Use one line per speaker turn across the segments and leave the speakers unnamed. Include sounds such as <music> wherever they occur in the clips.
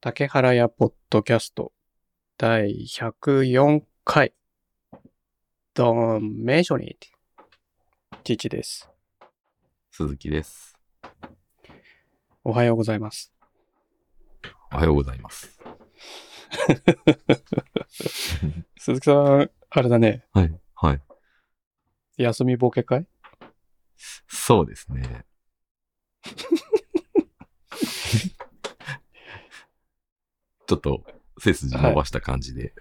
竹原屋ポッドキャスト第104回ドンメーショニーチチです。
鈴木です。
おはようございます。
おはようございます。
鈴木さん、あれだね、
はい。はい。
休みボケ会
そうですね。 <laughs> ちょっと背筋伸ばした感じで、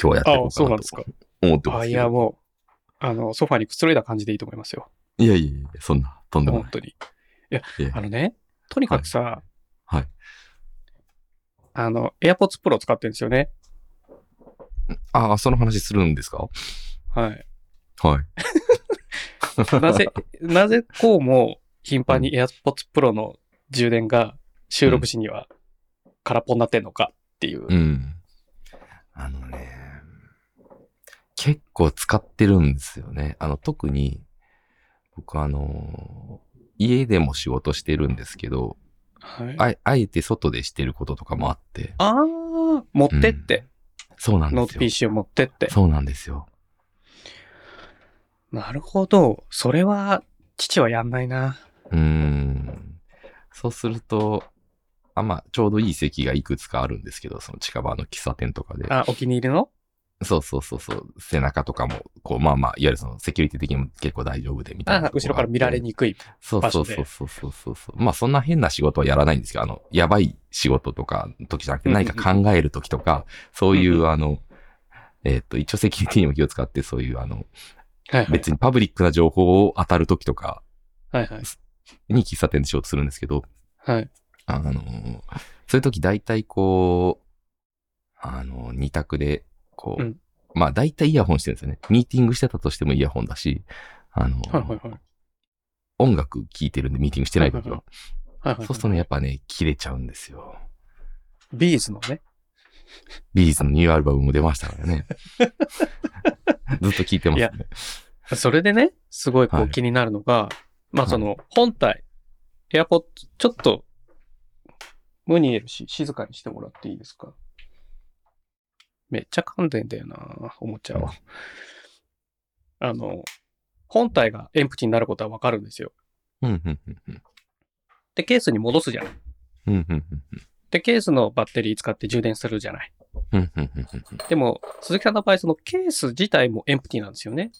今日はやっていこ
あ
う
そう
か
なん
な
ですか
と思ってま
あ、
す
い
け
や
ど。
もう、あの、ソファにくつろいだ感じでいいと思いますよ。
いやいやいや、そんな、とんでも
本
ない。
当に。いや
いえ、
あのね、とにかくさ、
はい。
あの、AirPods Pro 使ってるんですよね。
ああ、その話するんですか
はい。
はい。
<laughs> なぜ、なぜこうも頻繁に AirPods Pro の充電が収録時には空っぽになってんのかっていう。
うん。あのね、結構使ってるんですよね。あの、特に、僕あの、家でも仕事してるんですけど、
はい、
あえあえて外でしてることとかもあって、
あー、持ってって、
そうなん
ノ
で
ート
すよ。
PC を持ってって。
そうなんですよ。
なるほど。それは、父はやんないな。
うーん。そうすると、あ、まあ、ちょうどいい席がいくつかあるんですけど、その近場の喫茶店とかで。
あ、お気に入りの
そうそうそうそう。背中とかも、こう、まあまあ、いわゆるそのセキュリティ的にも結構大丈夫で、みたいな
あ
とこがあって。
後ろから見られにくい。
そう
場
そ
所
う
で
そうそうそうそうそう。まあそんな変な仕事はやらないんですけど、あの、やばい仕事とかの時じゃなくて、
うんうんうん
何か考える時とか、そうい
うん
うあの、えっと、一応セキュリティにも気を使って、そういうあの、
はいはい。
別にパブリックな情報を当たる時とか
はいはい。
に喫茶店で仕事するんですけど、
はい。
あの、そういう時大体こう、あの、二択で、こう、
うん
まあ大体イヤホンしてるんですよね。ミーティングしてたとしてもイヤホンだし、あの、
はいはいはい。
音楽聴いてるんでミーティングしてない時は。
はいはい、
そうするとね、やっぱね、切れちゃうんですよ。
ビーズのね。
ビーズのニューアルバムも出ましたか
<laughs>
らね。ずっと聴いてますね。
それでね、すごいこ
は
う
い
気になるのが、まあその、本体、エアポッド、ちょっと、ムニエルし、静かにしてもらっていいですかめっちゃ噛んでんだよなおもちゃは。あの、本体がエンプティになることはわかるんですよ。
うん、うん、うんうん。
で、ケースに戻すじゃない。
うん、うん、うん
で、ケースのバッテリー使って充電するじゃない。
うん、うんうんうん。
でも、鈴木さんの場合、そのケース自体もエンプティなんですよね。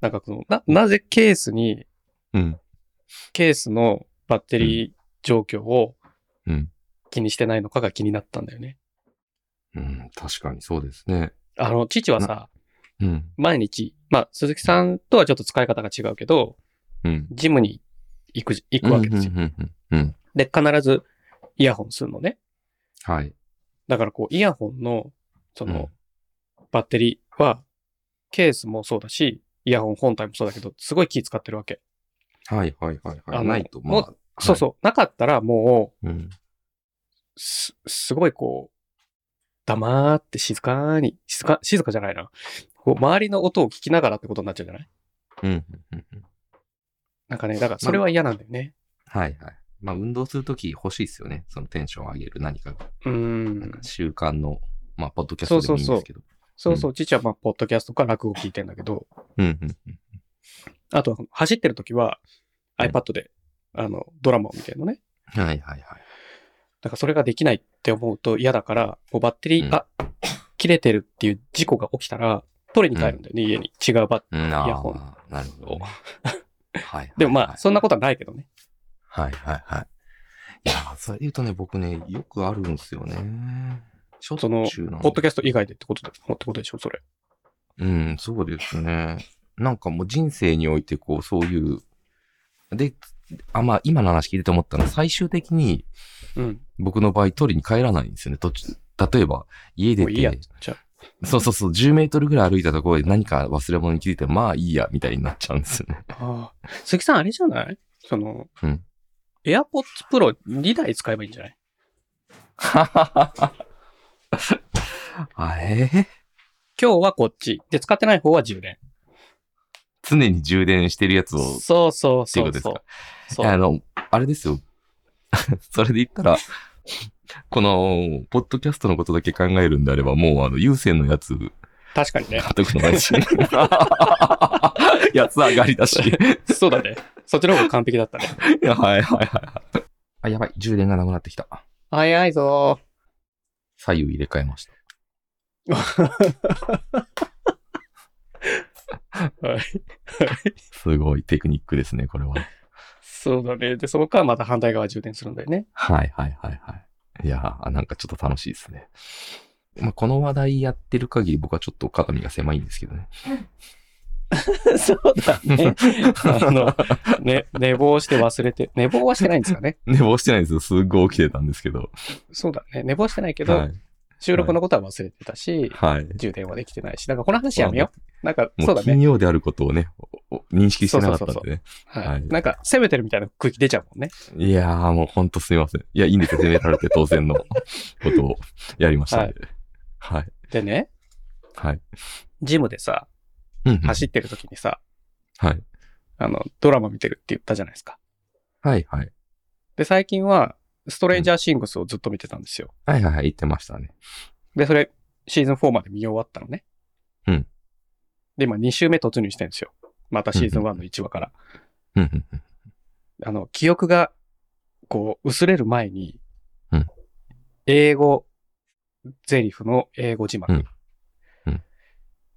なんかこの、な、なぜケースに
うん、
ケースのバッテリー状況を
うん
気にしてないのかが気になったんだよね。
うん。確かにそうですね。
あの、父はさ、
うん、
毎日、まあ、鈴木さんとはちょっと使い方が違うけど、
うん。
ジムに行くじ、行くわけですよ。
うん、うん、うんうん。
で、必ずイヤホンするのね。
はい。
だからこう、イヤホンの、その、バッテリーは、ケースもそうだし、イヤホン本体もそうだけど、すごい気使ってるわけ。
はい、はい、はい、
あ
は
の
い。ないと、ま
も
あ。
うそうそう。なかったらもう、
う。うん。
す、すごいこう、黙って静かに、静か、静かじゃないな。こう、周りの音を聞きながらってことになっちゃうじゃない
うん、うんうんうん。
なんかね、だからそれは嫌なんだよね。
はい、はい。まあ、運動するとき欲しいですよね。そのテンションを上げる何かが、
うー
なん
ん
か。習慣の、まあ、ポッドキャストでもいいんですけど。
そうそう、父はまあ、ポッドキャストか落語聞いてんだけど、
うん、うん、うん。
あとは走ってる時は
うん
iPad で、あの、ドラマを見てるのね。
はい、はい、はい。
だからそれができないって思うと嫌だから、もうバッテリー、
うん
あ、切れてるっていう事故が起きたら、取りに帰るんだよね、家に。違うバッテ
うん、あ
イヤホン
あ、なる
<laughs>
ほど、ね。はい。
でもまあ、そんな
こ
ことはないけどね。
と。はいはいはい。いやー、それ言うとね、僕ね、よくあるんですよね。しょっち
そ
ゅ
うの
なん
ポッドキャスト以外でってことで、ってことでしょ、それ。
うん、そうですね。なんかもう人生において、こう、そういう。で、あ、まあ、今の話聞いてて思ったのは、最終的に
うん。
僕の場合、取りに帰らないんですよね。途中、例えば、家出
もういいや
て、
じゃ
そうそうそう、10メートルぐらい歩いたところで何か忘れ物に気づいて、まあいいや、みたいになっちゃうんですよね。
あ。ああ。鈴木さん、あれじゃないその、
うん。
AirPods Pro 2台使えばいいんじゃない
あえー
今日はこっち。で、使ってない方は充電。
常に充電してるやつを、
そうそう
って
そ
い
う
こ
う。
とです
そう
<laughs> か。いやあの、あれですよ。それで言ったら、この、ポッドキャストのことだけ考えるんであれば、もう、あの、優先のやつ、
確かにね
買。っとくのないし。 <laughs> やつ上がりだし。
そうだね。そっちの方が完璧だったね。
いやはいはいはい。あ、やばい。充電がなくなってきた。
早いぞ
左右入れ替え <laughs> ました。
はい。
すごいテクニックですね、これは。
そうだね。で、その間また反対側充電するんだよね。
はいはいはいはい。いやー、なんかちょっと楽しいですね。まあ、この話題やってる限り僕はちょっと肩身が狭いんですけどね。 <laughs>
<laughs> そうだね。あの、ね、寝坊して忘れて、寝坊はしてないんですかね。
寝坊してないんですよ。すっごい起きてたんですけど。
そうだね。寝坊してないけど、
はい。
収録のことは忘れてたし、
はい。
充電はできてないし、だからこの話やめよう。なんか、
も
そう
う
だ
金
ね。
曜であることをね、おお認識してなかったんでね。
そうはい
はい
なんか、攻めてるみたいな空気出ちゃうもんね。
いやー、もうほんとすみません。いや、いいんですよ。責められて当然のことをやりましたんで。はい。
でね、
はい。
ジムでさ、
うんうん
走ってる時にさ、
はい。
あの、ドラマ見てるって言ったじゃないですか。
はいはい。
で、最近は、ストレンジャーシングスをずっと見てたんですよ。
はいはいはい。言ってましたね。
で、それ、シーズン4まで見終わったのね。
うん。
で、今2週目突入してるんですよ。またシーズン1の1話から。
うんうんうん。
あの、記憶が、こう、薄れる前に、
うん
英語、ゼリフの英語字幕。
うんうん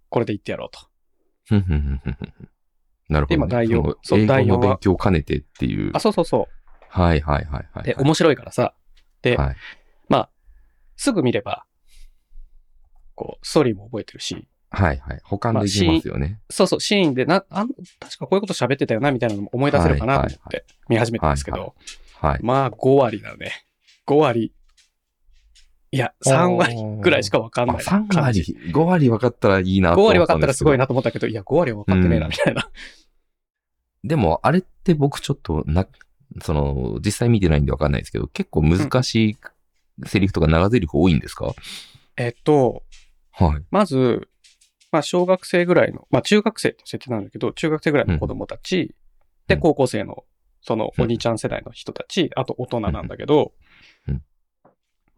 これで言ってやろうと。
ふんふんふんふんふんなるほど、ね。
今第四
そ
そう
の
第
英
四
語の
は
勉強を兼ねてっていう
あ、。そうそうそ
はいはいはいは
う。
い。
で、面白いからさ、で
はい。
まあ、すぐ見れば、こう、ストーリーも覚えてるし、
はいはい。保管できますよね。
そうそう、シーンで、な、あん確かこういうこと喋ってたよな、みたいなのも思い出せるかなと思
は
って見始めたんですけど、
ははい。
まあ、5割だね。5割。いや、3割ぐらいしかわかん
あ。
ない。
3割、5割分かったらいいな
5
と思
割
んですけど。
分かったらすごいなと思ったけど、いや、5割は分かってねえな、
うん
みたいな。
でも、あれって僕ちょっとな、その、実際見てないんでわかんないですけど、結構難しいセリフとか長セリフ多いんですか、
えっと、
はい。
まず、まあ、小学生ぐらいの、まあ、中学生って設定なんだけど、中学生ぐらいの子供たち、で、
うん
高校生の、その、
うん
お兄ちゃん世代の人たち、あと大人なんだけど、
うん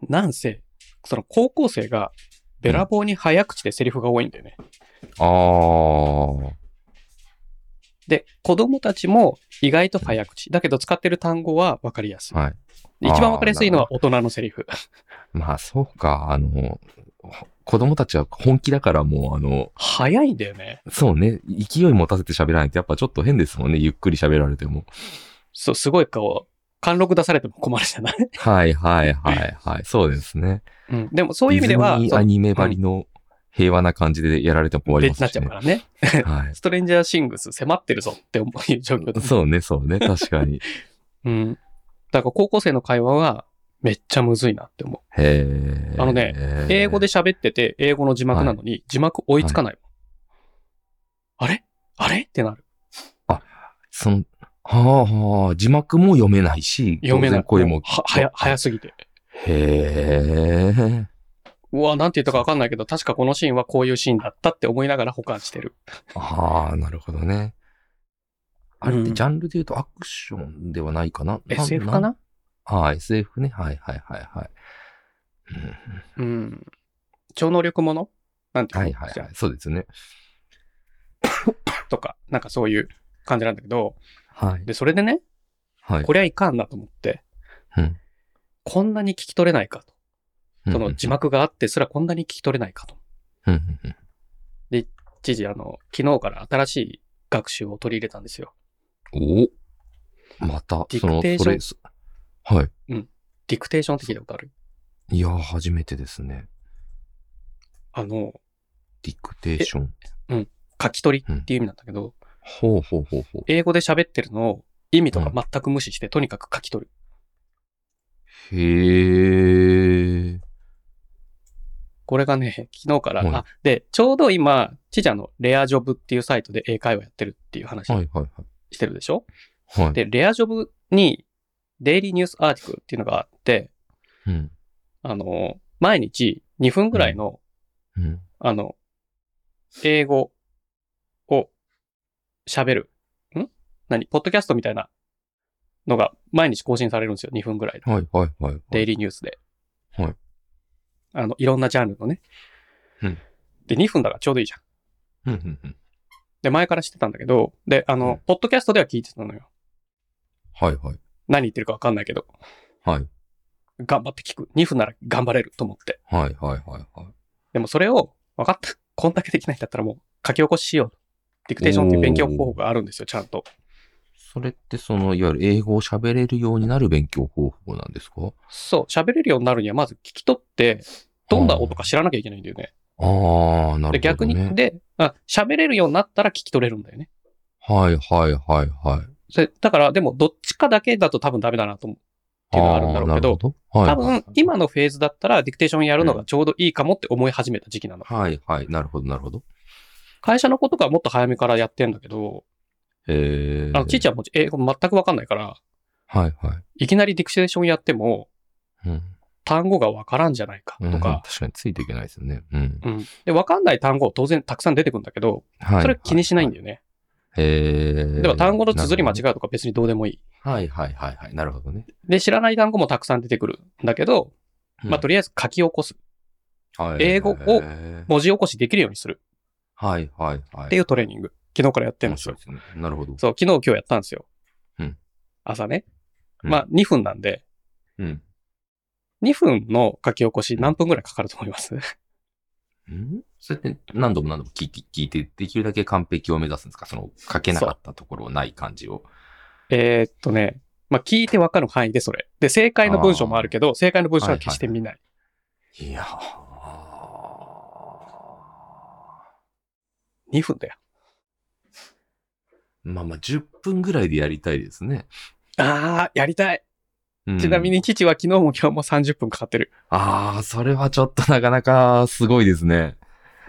なんせ、その、高校生が、べらぼうに早口でセリフが多いんだよね。
あー。
で、子供たちも意外と早口。だけど使ってる単語は分かりやすい。
はい。
で一番分かりやすいのは大人のセリフ。
まあ、そうか。あの、ほ子供たちは本気だからもう、あの、
早いんだよね。
そうね、勢い持たせて喋らないとやっぱちょっと変ですもんね。ゆっくり喋られても。
そう、すごい顔。貫禄出されても困るじゃない
はいはいはいはい。そうですね。
うん。でもそういう意味では、
ディズニー
そ
ア
う
ニメばりの平和な感じでやられても終わり
で
ま
なっち
す
ゃう
ね
か。らね。
はい。
ストレンジャーシングス迫ってるぞって思う状況です。
そうね、そうね。確かに。
うん。だから高校生の会話はめっちゃむずいなって思
へー
あのね、う。英語で喋ってて、英語の字幕なのに字幕追いつかないもん。あれあれってなる。
その、はあはあ、字幕も読めないし、
読めない。
当然声も。
は、はや、早すぎて。
へえ。
うわ、なんて言ったかわかんないけど、確かこのシーンはこういうシーンだったって思いながら保管してる。
ああ、なるほどね。あれっ
う
て
ん
ジャンルで言うとアクションではないかな。
SF かな
ああ、SF ね。はいはいはいはい。うん
うん。超能力ものなんていうの
はいはい
じゃ
はい。そうですね。
あとか、なんかそういう感じなんだけど、
はい。
で、それでね、
はい。
こりゃいかんなと思って、
うん
こんなに聞き取れないかと。そ
うんう
の
ん
字幕があってすらこんなに聞き取れないかと。
うんうんうん
一時、あの、昨日から新しい学習を取り入れたんですよ。
おまた、
ディ
その、
クテーション
それ、そ
デ
は
ィクテーションって聞いたことある
い。いやー、初めてですね。
あの、
ディクテーション。
書き取りっていう意味なんだけど、
ほうほうほうほう。
英語で喋ってるのを意味とか全く無視して、とにかく書き取る。
へえ。
これがね、昨日から、
はい
あ、で、ちょうど今、ちいちゃんのレアジョブっていうサイトで英会話やってるっていう話
はいはい
してるでしょ、
はい。はい。
で、レアジョブに、デイリーニュースアーティクルっていうのがあって、
うん。
あの、毎日2分ぐらいの、
うん。
あの、英語を喋る。ん何ポッドキャストみたいなのが毎日更新されるんですよ。2分ぐらいの。
はいはいはい、はい。
デイリーニュースで。
はい。
あの、いろんなジャンルのね。
うん
で、2分だからちょうどいいじゃん。
うんうんうん。
で、前から知ってたんだけど、で、あの、
うん
ポッドキャストでは聞いてたのよ。
はいはい。
何言ってるかわかんないけど、
はい。
頑張って聞く。2分なら頑張れると思って。
はいはいはいはい。
でもそれを、分かった。こんだけできないんだったらもう書き起こししよう。ディクテーションっていう勉強方法があるんですよ、ちゃんと。
それってその、いわゆる英語を喋れるようになる勉強方法なんですか
そう、喋れるようになるにはまず聞き取って、どんな音か知らなきゃいけないんだよね。
ああ、なるほど、ね。
で、逆に、で、あ喋れるようになったら聞き取れるんだよね。
はいはいはいはい。っ
それだから、でもどっちかだけだと多分ダメだなと思う。っていうのがあるんだろうけど、
どはい、
多分、今のフェーズだったら、ディクテーションやるのがちょうどいいかもって思い始めた時期なの。
はいはい。なるほどなるほど。
会社の子とかはもっと早めからやってんだけど、
えー。
あの、ちいちゃんも英語全くわかんないから、
はいはい
きなりディクテーションやっても、
い。うん。
単語がわからんじゃないか
うん
とか、
確かについていけないですよね。うん。
うん。で、わかんない単語当然たくさん出てくるんだけど、
はい。
それ気にしないんだ
よ。
よね。
えー。
でも単語の綴り間
なる
違うとか別にどうでもいい。
ほど。はいはいはいはい。なるほどね。
で、知らない単語もたくさん出てくるんだけど、まあ、とりあえず書き起こす。
はい
英語を
えー
文字起こしできるようにする
はいはいはい。
っていうトレーニング。昨日からやってるん
面
です
白い
よ
で。すね。なるほど。
そう、昨日今日やったんですよ。
うん
朝ね。
うん
まあ、2分なんで、
うん。
2分の書き起こし何分ぐらいかかると思います
<laughs> うんそれって何度も何度も聞いて、聞いて、できるだけ完璧を目指すんですかその、書けなかったところない感じを。
えーっとね、まあ、聞いてわかる範囲でそれ。で、正解の文章もあるけど、正解の文章は決して見ない。
いやー
2分だよ。
まあまあ、10分ぐらいでやりたいですね。
あー、やりたい
うん
ちなみ。に父は昨日も今日も30分かかってる。
ああ、それはちょっとなかなかすごいですね。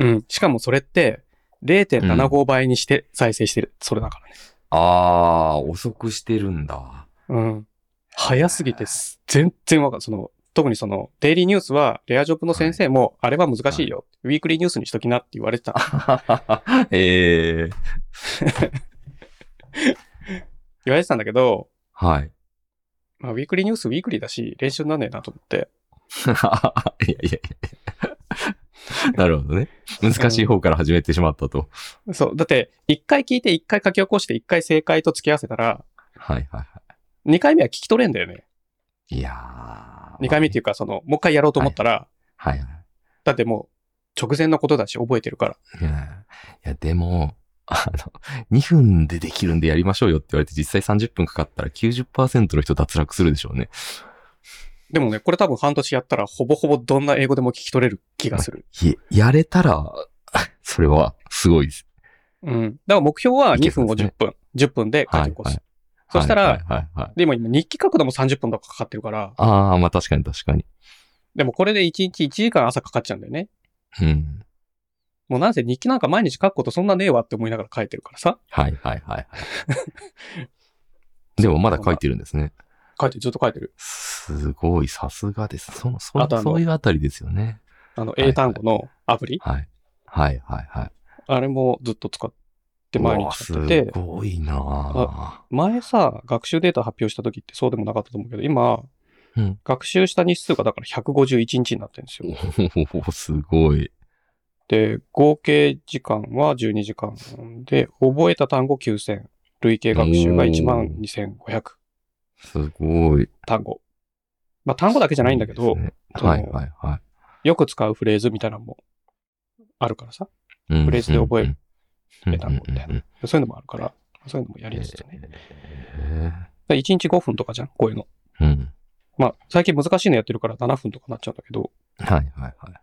うん。しかもそれって、0.75倍にして再生してる。それだからね。
ああ、遅くしてるんだ。 <laughs>
うん。早すぎてす、全然わかんない。その、特にその、デイリーニュースは、レアジョブの先生も、あれは難しいよ、ウィークリーニュースにしときなって言われてた。 <laughs>
ええ
言われてたんだけど、
はい。 <laughs>
まあ、ウィークリーニュースウィークリーだし、練習になんねえなと思って。
いやいやいや。なるほどね。難しい方から始めてしまったと。
そう。だって、一回聞いて、一回書き起こして、一回正解と付き合わせたら、
はいはいは
二回目は聞き取れんだよね。
い。いやー。
二回目っていうか、その、もう一回やろうと思ったら、
はいはい。
だってもう、直前のことだし、覚えてるから。
いや、いやでも、あの、2分でできるんでやりましょうよって言われて実際30分かかったら90%の人脱落するでしょうね。
でもね、これ多分半年やったら、ほぼほぼどんな英語でも聞き取れる気がする。
いや、やれたら、それはすごいです。
うん。だから目標はい
け
2
そう
分を
で
10
すね
分、10分で書き起こす。
はいはい
そしたら
はいはいはいはい。
で、今今日記書くのも30分とかかかってるから、
ああ、まあ確かに確かに。
でもこれで1日1時間朝かかっちゃうんだよね。
うん。
もうなんせ日記なんか毎日書くことそんなねえわって思いながら書いてるからさ。
はいはいはいはい。でもまだ書いてるんですね。
書いてる、ずっと書いてる。
すごい、さすがです。その、そ
あとあ
の
の
そういうあたりですよね。
あの、
いはい
英単語のアプリ、
はい。はいはいはい。
あれもずっと使って毎日使って
う
て
わす、ごいなあ
前さ、学習データ発表した時ってそうでもなかったと思うけど、今、
うん
学習した日数がだから151日になってるんですよ。
おお、 <laughs> すごい。
で、合計時間は12時間で、覚えた単語9000、累計学習が12500
すごい。
単語。まあ単語だけじゃないんだけど、
そうですね
その
はいはいは
よく使うフレーズみたいなのもあるからさ。
い。うん
フレーズで覚える
うんうん
英単語みたいな
うんうん
そういうのもあるから、そういうのもや
うん
りつつね。
へ
1日5分とかじゃん、こういうの。
えうん。
まあ最近難しいのやってるから7分とかなっちゃうんだけど、
はいはいはいはい。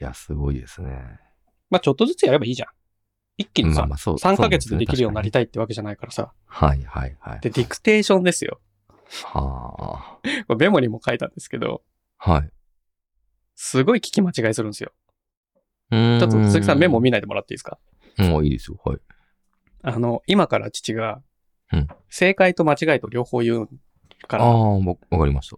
いや、すごいですね。
まあちょっとずつやればいいじゃん。一気にさ、
まあそう
3ヶ月でできるようになり
たい。
たいってわけじゃないからさ。
はいはいはい。
で、ディクテーションですよ。
は
これメモにも書いたんですけど、
あ。はい。
すごい聞き間違いするんですよ。
うー
ちょっと鈴木さんメモ見ないでもらっていいですか
もういいですよ。はい。
あの、今から父が
うん、
正解と間違いと両方言うか
あ
ら、
あ
あ
ー、わわかり
<laughs>
まし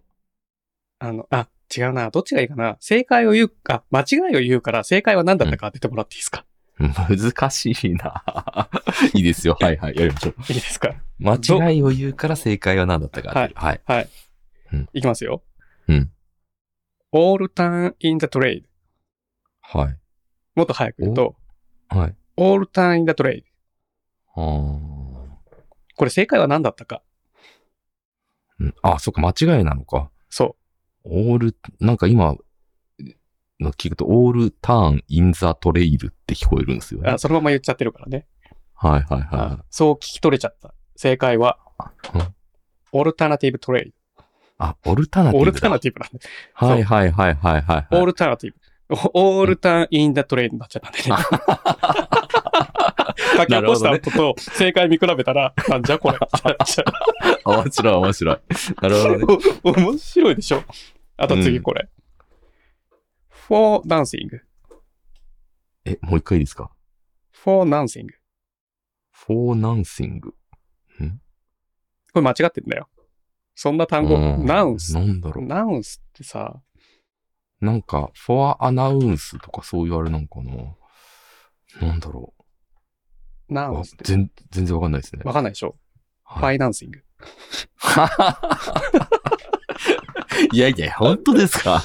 た。
の、あ、
<laughs>
違うな、どっちがいいかな。正解を言うか、間違いを言うから、正解は何だったか当ててもらっていいですか、
難しいな <laughs> いいですよ。はいはい。やりましょう。
いいですか
間違いを言うから正解は何だったか。
はい
はい。
いきますよ。
うん。
all time in the trade。
はい。
もっと早く言うと、
はい。
all time in the trade。
あー
これ正解は何だったか。
うんあ、そっか、間違いなのか。
そ
オール、なんか今の聞くと、オールターンインザトレイルって聞こえるんですよ
う。
ね。
あそのまま言っちゃってるからね。
はいはいは
そう聞き取れちゃった。正解は、
い。うん
オルタナティブトレイ
あ、オルタナティ
オ
ブだ。
ルタナティブなんで。
はいはいはいはいはい
オ
はい。
ルタナティブ。オールタンインダトレイになっちゃったんでね。
<laughs>
書き起こした音と正解見比べたら、なんじゃこれ。
<laughs> 面白い面白い。なる
<laughs>
ほどね。
お面白いでしょ。あと次これ。for dancing,
え、もう一回いいですか
for dancing.
for nothing.
これ間違ってんだよ。そんな単語、
うん
ナウンス
な。んだろう。
ナウンスってさ、
なんか、for announce とかそういうあれなんかな。なんだろ
ナ
う。
ウ
あ
ンスって。
全全然わかんないですね。
わかんないでしょ。フ
は
ァ
い、
イナンシング。
<laughs> いやいや、本当です
<laughs>
か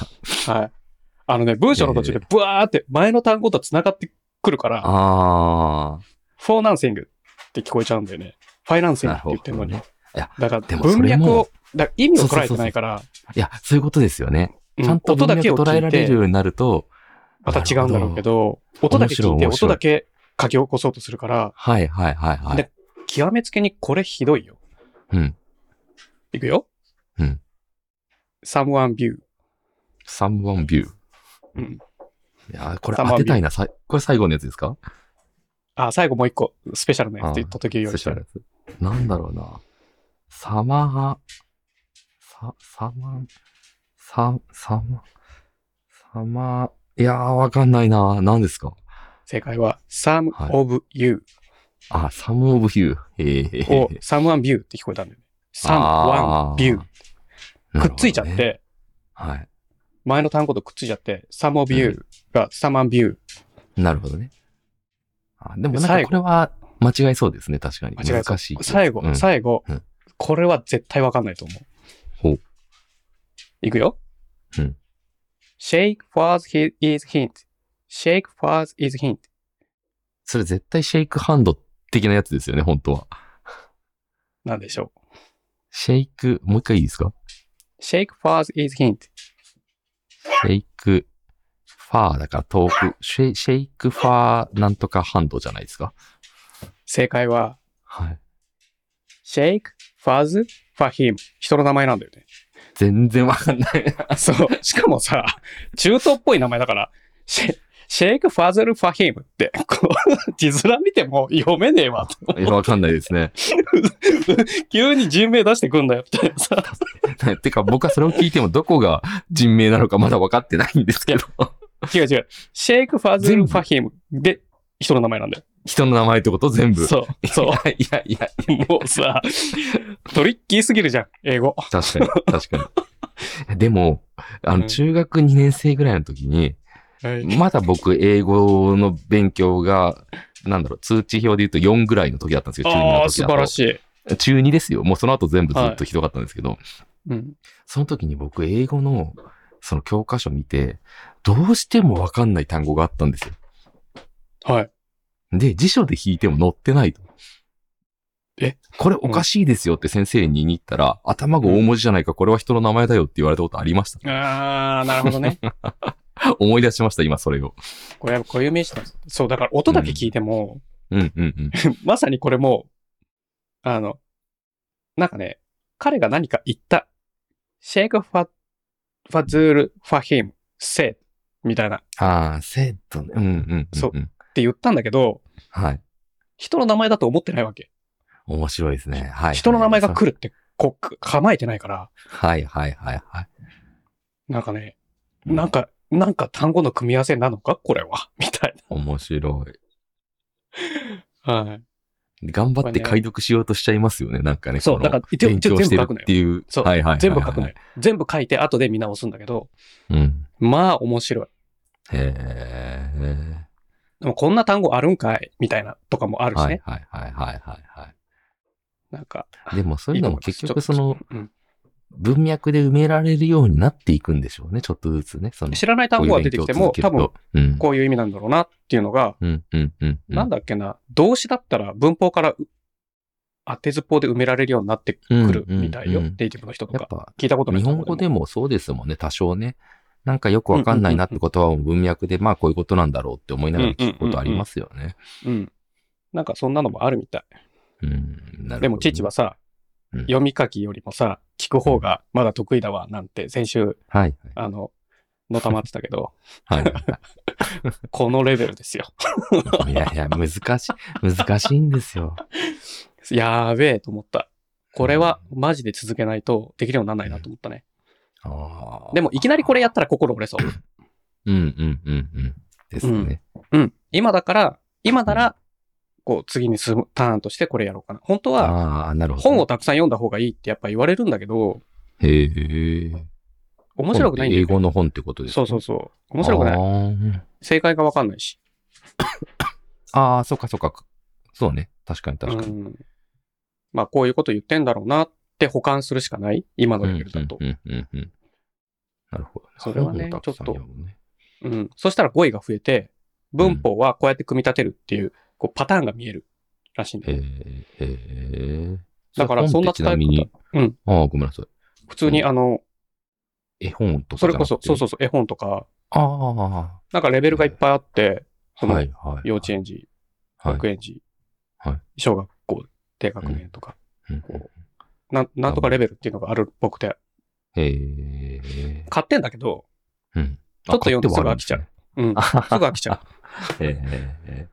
はい。あのね、文章の途中でブワーって前の単語と繋がってくるから、
あ
フォーナンシングって聞こえちゃうんだよね。ファイナンシングって言ってるのに。
なるいや
だから
でもそ
文
れも
脈を、だから意味を捉えてないから、
あ。いや、そういうことですよね。
う
ちゃんと
音
音
だ
だ
け
け
を
捉え
聞
ら
い
れるよ
て、
うになると、
また違うんだろうけど、音だけ聞いて、
面
音
白い
だけ書き起こそうとするから、
はいはいはいはい。
で極めつけにこれひどいよ。
うん。
いくよ。
うん。
someone view.
サムワンビュー。
うん。
いやー、これ
Someone
当てたいな。さいこれ最後のやつですか
あ、最後もう一個、スペシャルなやつって言った時よ
スペ
り
シャルのやつ。なんだろうな。サマハ、サ、サマ、サ、サマ、サマ、いやー、わかんないな。何ですか
正解は、some
はい
of you
あ、サムオブヒュー。ええ
を someone view って聞こえたんだよね。someone view。くっついちゃっ。
なる
て、
ほどね
前の単語とくっついちゃって、some of you が someone view。
はい。なるほどね。あでもなん
最
か
後
これは間違いそうですね。確かに。
間違いそう
難しい。
最後、
うん
最後
うん、
これは絶対わかんないと思う。
ほう。
いくよ。
うん。
shake first he- is hint. shake first is hint.
それ絶対シェイクハンド的なやつですよね、本当は。
なんでしょう。
シェイク、もう一回いいですか
shake first is hint.
シェイク、ファーだから遠く、シェイシェイクファーなんとかハンドじゃないですか。
正解は、
はい。
shake first for him. 人の名前なんだよね。 <laughs>
全然わかんない。
そう。しかもさ、中東っぽい名前だから、シェシェイク・ファズル・ファヒームって、こう、字面見ても読めねえわと。
いやわかんないですね。
急に人名出してくんだよ、みたいなさ。
<laughs> てか僕はそれを聞いてもどこが人名なのかまだ分かってないんですけど、
違う違う。シェイク・ファズル・ファヒームで、人の名前なんだよ。
人の名前ってこと全部。
そう。 <laughs> そ
いやいやいや、
う。もうさ、トリッキーすぎるじゃん、英語。
確かに、確かに。でも、あ
う
の、
ん
中学2年生ぐらいの時に、
はい。
まだ僕、英語の勉強が、なんだろう、通知表で言うと4ぐらいの時だったんですよ、中2
あ
の
あ、
時
素
だ
晴
と
らしい。
中2ですよ。もうその後全部ずっとひどかったんですけど、
うん。
その時に僕、英語の、その教科書見て、どうしてもわかんない単語があったんですよ。
はい。
で、辞書で引いても載ってないと。
え
これおかしいですよって先生に言ったら、頭が大文字じゃないか、これは人の名前だよって言われたことありました。 <laughs>
ああ、なるほどね。
思い出しました、今それを。
これ、こういう名詞なんですそう、だから音だけ聞いても、
うんうん
<laughs>
うん。
まさにこれも、あの、なんかね、彼が何か言った。シェイクファ、ファズール、ファヒム、セイ、みたいな、っ
ああ、セットね。うんうんうん、うん。
そう。て言ったんだけど、
はい。
人の名前だと思ってないわけ。
面白いですね。はい。
人の名前が来るって、こう、構えてないから、
はいはいはいはい。
なんかね、なんか、なんか単語の組み合わせなのかこれは。 <laughs> みたい
面白い。
な。はい。
頑張
これ
って
ね
解読しようとしちゃいますよね、なんかね。
そう
この
だから一応
勉強してるっていう。
そう
はいはいはいはい
全部書くのよ。。全部書いて、後で見直すんだけど、
うん。
まあ面白い。
へえ。
でもこんな単語あるんかいみたいなとかもあるしね。
はいはいはいはいはいは
なんか。
い。でもそういうのも結局その
うん
文脈で埋められるようになっていくんでしょうね、ちょっとずつね。その
知らない単語が出てきても、多分、
うん、
こういう意味なんだろうなっていうのが、
うん、うん、うん。
なんだっけな、動詞だったら文法からう当てずっぽうで埋められるようになってくるみたいよ。
うんうんうん
ネイティブの人と
やっ
か。
ぱ、
聞いたことない
日
単
本語でもそうですもんね、多少ね。なんかよくわかんないなって言葉も文脈で、まあこういうことなんだろうって思いながら聞くことありますよね。
うん。なんかそんなのもあるみたい。
うん、なるほどね
でも、父は、さ、
うん
読み書きよりもさ、聞く方がまだ得意だわ、なんて、先週、
はい、
あの、のたまってたけ
<laughs>
ど、
はい。はい
<laughs> このレベルですよ。
いやいや、難しい、難しいんですよ。
やーべえと思った。これはマジで続けないとできるようにならないなと思ったね。
あー
でも、いきなりこれやったら心折れそう。
うんうんうんうん。ですね。
うん。今だから、今なら、こう、次に進むターンとしてこれやろうかな。本当は、
ああ、なるほど。
本をたくさん読んだ方がいいってやっぱ言われるんだけど、
へえ。
面白くないんだ
英
よね。
語の本ってことです。
そうそううそう。面白くない。
い。
正解がわかんないし。
ああ、そっかそっか。そうね。確かに確か
う
に。
んまあ、こういうこと言ってんだろうなって保管するしかない今のレベルだと。
うんうんうんうん。なるほど。
それはね
本をたくさん読むね
うん。そしたら語彙が増えて、文法はこうやって組み立てるっていう、こう、パターンが見えるらしいんだ
へ
よね。
え。へえ。
だからそんな
そ
使
れ本っ
い
てちなみ
方
に。
うん。
ああ、ごめんなさい。
普通にあの、
絵本とか。。
それこそ、そうそううそう、絵本とか、
ああ。
なんかレベルがいっぱいあって、その
はいはい。
幼稚園児、保
はい
育園児、
はい
小学校、低学年とか、
うん
こうなん、なんとかレベルっていうのがあるっぽくて、
へえ。
買ってんだけど、
うん。
ちょっと読んで
あ
すぐ飽きちゃう。うん。す
<laughs>
ぐ飽きちゃう。
買ってはあるんですね。へえ。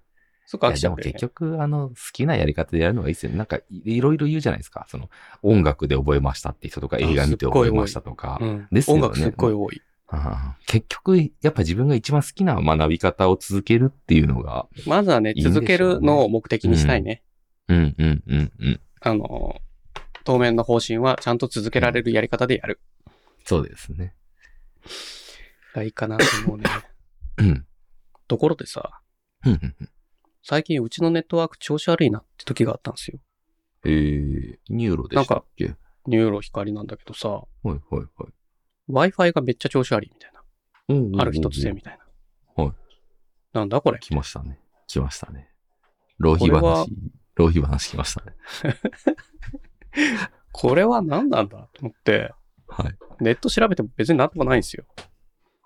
すぐ飽き
いや
ち
で
ゃう
も
んだよ
結
ね。
局、あの、好きなやり方でやるのがいいですよね。なんか、いいろいろ言うじゃないですか。その、音楽で覚えましたって人とか、
あ
映画見て覚えましたとか。
うん
ですよ
音
ね
楽すっごい多い。
ああ結局、やっぱ自分が一番好きな学び方を続けるっていうのが、
まずはね、
いいんでしょうね
続けるのを目的にしたいね。
うんうんうんうん。
あの、当面の方針はちゃんと続けられるやり方でやる。
そうですね。
がいいかなと思うね。
うん。
ところでさ、
うんうんうん
最近うちのネットワーク調子悪いなって時があったんですよ。
えー、ニューロでしたっけ
ニューロ光なんだけどさ、
はいはいはい
Wi-Fi がめっちゃ調子悪いみたいな。
おうおうおうおう。
ある日突然みたいな。
はい。
なんだこれ。
来ましたね。来ましたね。浪費
これは
話、浪費話来ましたね。
これは何なんだと思って、
はい。
ネット調べても別になんとかないんですよ。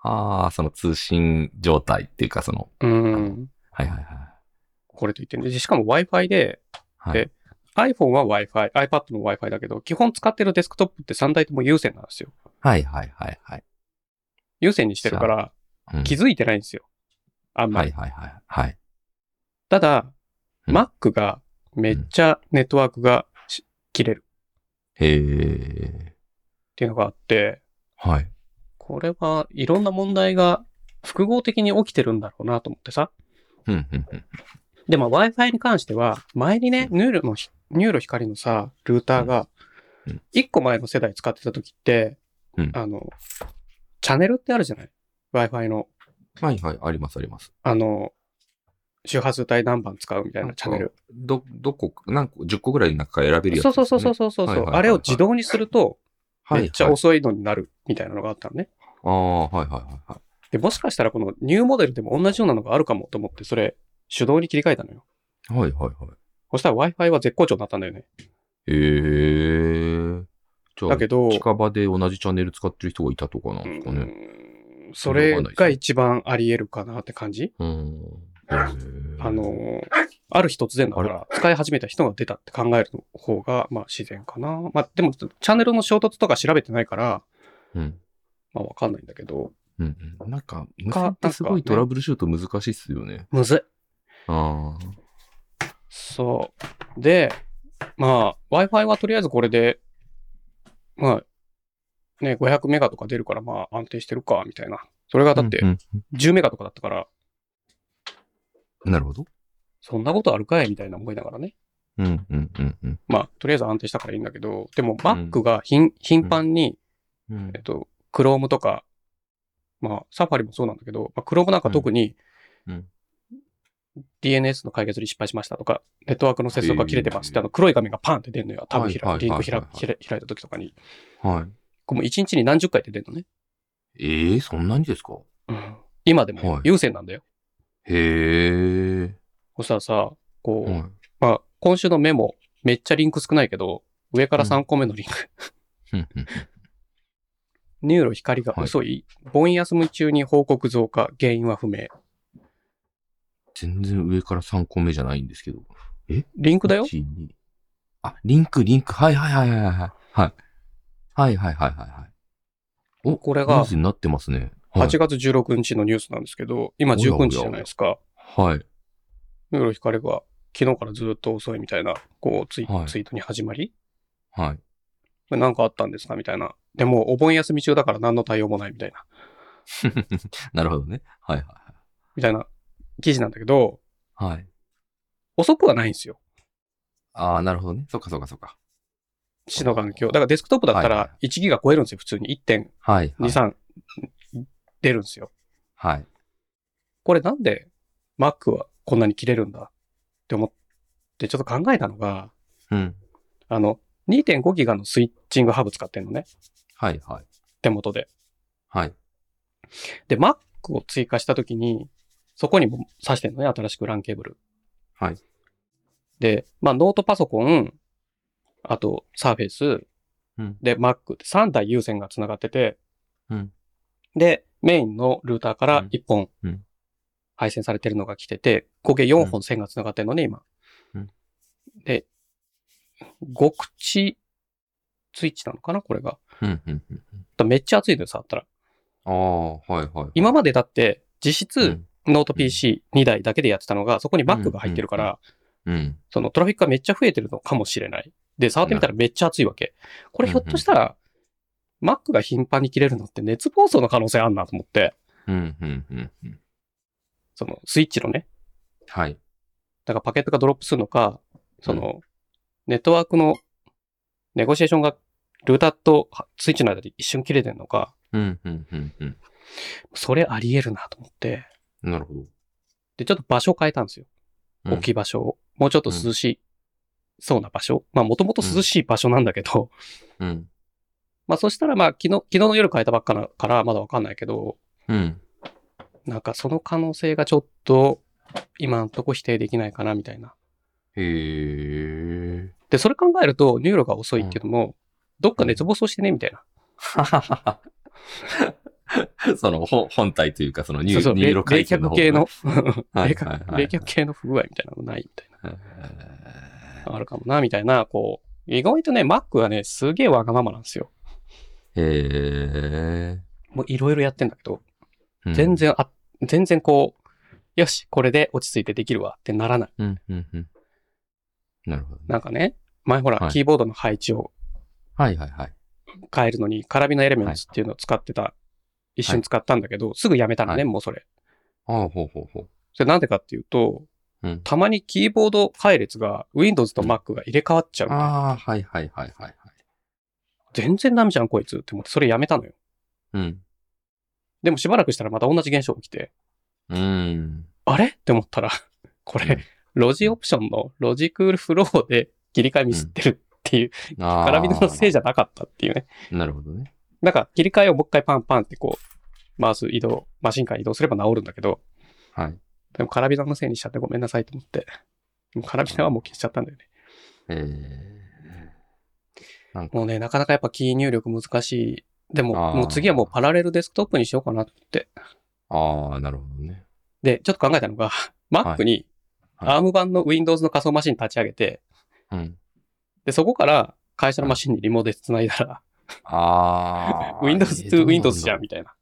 ああ、その通信状態っていうか、その、
うん。
はいはいはい。
これと言ってね。でしかも Wi-Fi で、
はい、
え iPhone は Wi-Fi、iPad も Wi-Fi だけど、基本使ってるデスクトップって3台とも有線なんですよ。
はいはいはいはい。
有線にしてるから、
うん
気づいてないんですよ。あんま
は
り。
いはいはい。はい。
ただ、
うん
Mac がめっちゃネットワークがし切れる
へえ。
っていうのがあって、
はい。
これはいろんな問題が複合的に起きてるんだろうなと思ってさ。
うんうんうん。
でも Wi-Fi に関しては、前にね、ニューロのひ、ニューロ光のさ、ルーターが
うんうん、
1個前の世代使ってた時って、
うん
あの、チャンネルってあるじゃない ?Wi-Fi の、
はいはい。ありますあります。
あの、周波数帯何番使うみたいなチャンネル。
ど、どこ、なんか10個ぐらいの中から選べるやつ、
そ
ね。
うそうそうそう
う。
そうそう、
はいはいはいはい
あれを自動にすると、
はい、
めっちゃ遅いのになるみたいなのがあったのね。
ああ、はいはいはいはい。
で、もしかしたらこのニューモデルでも同じようなのがあるかもと思って、それ、手動に切り替えたのよ。
はいはいはい。
そしたら Wi-Fi は絶好調になったんだよね。
へえ。じゃあ、
だけど
近場で同じチャンネル使ってる人がいたとかなんですかね。
うーんそれが一番あり得るかなって感じ
うん。へー
あの、ー、ある日突然だから、使い始めた人が出たって考える方が、まあ自然かな。まあでも、チャンネルの衝突とか調べてないから、
うん。
まあわかんないんだけど。
うんうん、なんか、無線ってすごいトラブルシュート難しいっすよね。
むずい。
ああ。
そう。で、まあ、Wi-Fi はとりあえずこれで、まあ、ね、500メガとか出るから、まあ安定してるか、みたいな。それがだって
うん
10メガとかだったから、
うんなるほど。
そんなことあるかいみたいな思いながらね。
うんうんうんうん
まあ、とりあえず安定したからいいんだけど、でも Mac が頻頻繁に、
うん
えっと、Chrome とか、まあ、Safari もそうなんだけど、まあ、Chrome なんか特に
うんうん、
DNS の解決に失敗しましたとか、ネットワークの接続が切れてますって、
へー
あの黒い画面がパンって出るのよ。タブ開く
はいはい
リン
はい
ク開
はい
開開いた時とかに。
はい。
これもう1日に何十回って出るのね。
ええそんなにですか
今で
は
も
い
優先なんだよ。
へえ。
そしたらさ、こう、
は
まあ、今週のメモ、めっちゃリンク少ないけど、上から3個目のリンク。
い。うんうん
ニューロ光が遅い、盆休み中に報告増加、原因は不明。
全然上から3個目じゃないんですけど。
リンクだよ。
1 2あ、リンク、リンク。はいはいはいはいはい。はい。はいはいはいはいはい。お、
これ
ニュ
が
ースになってますね。はい。
8月16日のニュースなんですけど、今19日じゃないですか。
はい。
ニューロ光が昨日からずっと遅いみたいな、こうツイ、
はい
ツイートに始まり、
はい。
これなんかあったんですかみたいな。でも、お盆休み中だから何の対応もないみたいな、
なるほどね。はいは
みたいな記事なんだけど、
いはい。はい。
遅くはないんですよ。
ああ、なるほどね。そっかそっかそっか。
市の環境。だからデスクトップだった
はい
ら
は
1ギガ超えるんですよ、普通に。1.23、
はい。はい。
出るんですよ。
はい。
これなんで Mac はこんなに切れるんだって思ってちょっと考えたのが、
うん。
あの、2.5ギガのスイッチングハブ使ってんのね。
はいはい。
手元で。
はい。
で、Mac を追加したときに、そこにも挿してんのね、新しく LAN ケーブル。
はい。
で、まあ、ノートパソコン、あと、Surface、
うん
で、Mac って3台有線が繋がってて、
うん
で、メインのルーターから
うん
1本
うん、
配線されてるのが来てて、合計4本線が繋がってるのね、今。
うん
で、極地スイッチなのかな、これが。
うんうんうん。
だめっちゃ熱いのよ、触ったら。
ああ、はいはい。
今までだって、実質、
うん
ノート PC2 台だけでやってたのが、そこに Mac が入ってるか
うん
ら、
うん。
そのトラフィックがめっちゃ増えてるのかもしれない。で、触ってみたらめっちゃ熱いわけ。これひょっとしたら、Mac が頻繁に切れるのって熱暴走の可能性あんなと思って、
うんうんうんうん。
そのスイッチのね、
はい。
だからパケットがドロップするのか、その、ネットワークのネゴシエーションがルーターとスイッチの間で一瞬切れてるのか、
うんうんうんうん。
それあり得るなと思って、
なるほど。
で、ちょっと場所を変えたんですよ。
うん
置き場所を。もうちょっと涼しい、そうな場所。まあ、もともと涼しい場所なんだけど、
うん。
まあ、そしたら、まあ、昨日、昨日の夜変えたばっかだから、まだわかんないけど、
うん。
なんかその可能性がちょっと、今のとこ否定できないかな、みたいな。
へえ。
で、それ考えると、ニューロが遅いっていうのも、どっか熱暴走してね、みたいな。
そのほ本体というか、その入
そうそう、
入
冷冷
力回線
却系
方
の、
は
冷
いはい
却
はい
冷却系の不具合みたいなのないみたい
がね。
な。あるかもな、みたいな、こう、意外とね、Mac はね、すげえわがままなんですよ。
へ
もういろいろやってんだけど、
え。
全。然あ、全然こう、よし、これで落ち着いてできるわってならない。
うんうんうん。なるほどね。
なんかね、前ほら、
はい
キーボードの配置を
はいはいはい。
変えるのに、カラビナエレメンツっていうのを使ってた、一瞬使ったんだけど、すぐやめたのね、
はい
もうそれ。
ああ、ほうほうほう。
それなんでかっていうと、
うん
たまにキーボード配列が Windows と Mac が入れ替わっちゃうのね、
ああ、はいはいはいはいはい。
全然ダメじゃん、こいつって思って、それやめたのよ。
うん。
でもしばらくしたらまた同じ現象起きて、
うん。
あれって思ったら、これ、ロジオプションのロジクールフローで切り替えミスってるっていう、
ああ
カラビナのせいじゃなかったっていうね。
なるほどね。
なんか切り替えをもう一回パンパンってこう、マウス移動、マシンから移動すれば治るんだけど、
はい。
でもカラビナのせいにしちゃってごめんなさいと思って、もうカラビナはもう消しちゃったんだよね。
ええ。なんか、
もうね、なかなかやっぱキー入力難しい。で
あ
も、
ー
もう次はもうパラレルデスクトップにしようかなって。
ああ、なるほどね。
で、ちょっと考えたの
<laughs>
が、
い
Mac に
はい
ARM 版の Windows の仮想マシン立ち上げて、
うん。
で、そこから会社のマシンにリモートで繋いだら、
ああ。
Windows
えーど
to
うなんだろう
Windows じゃんみたいな。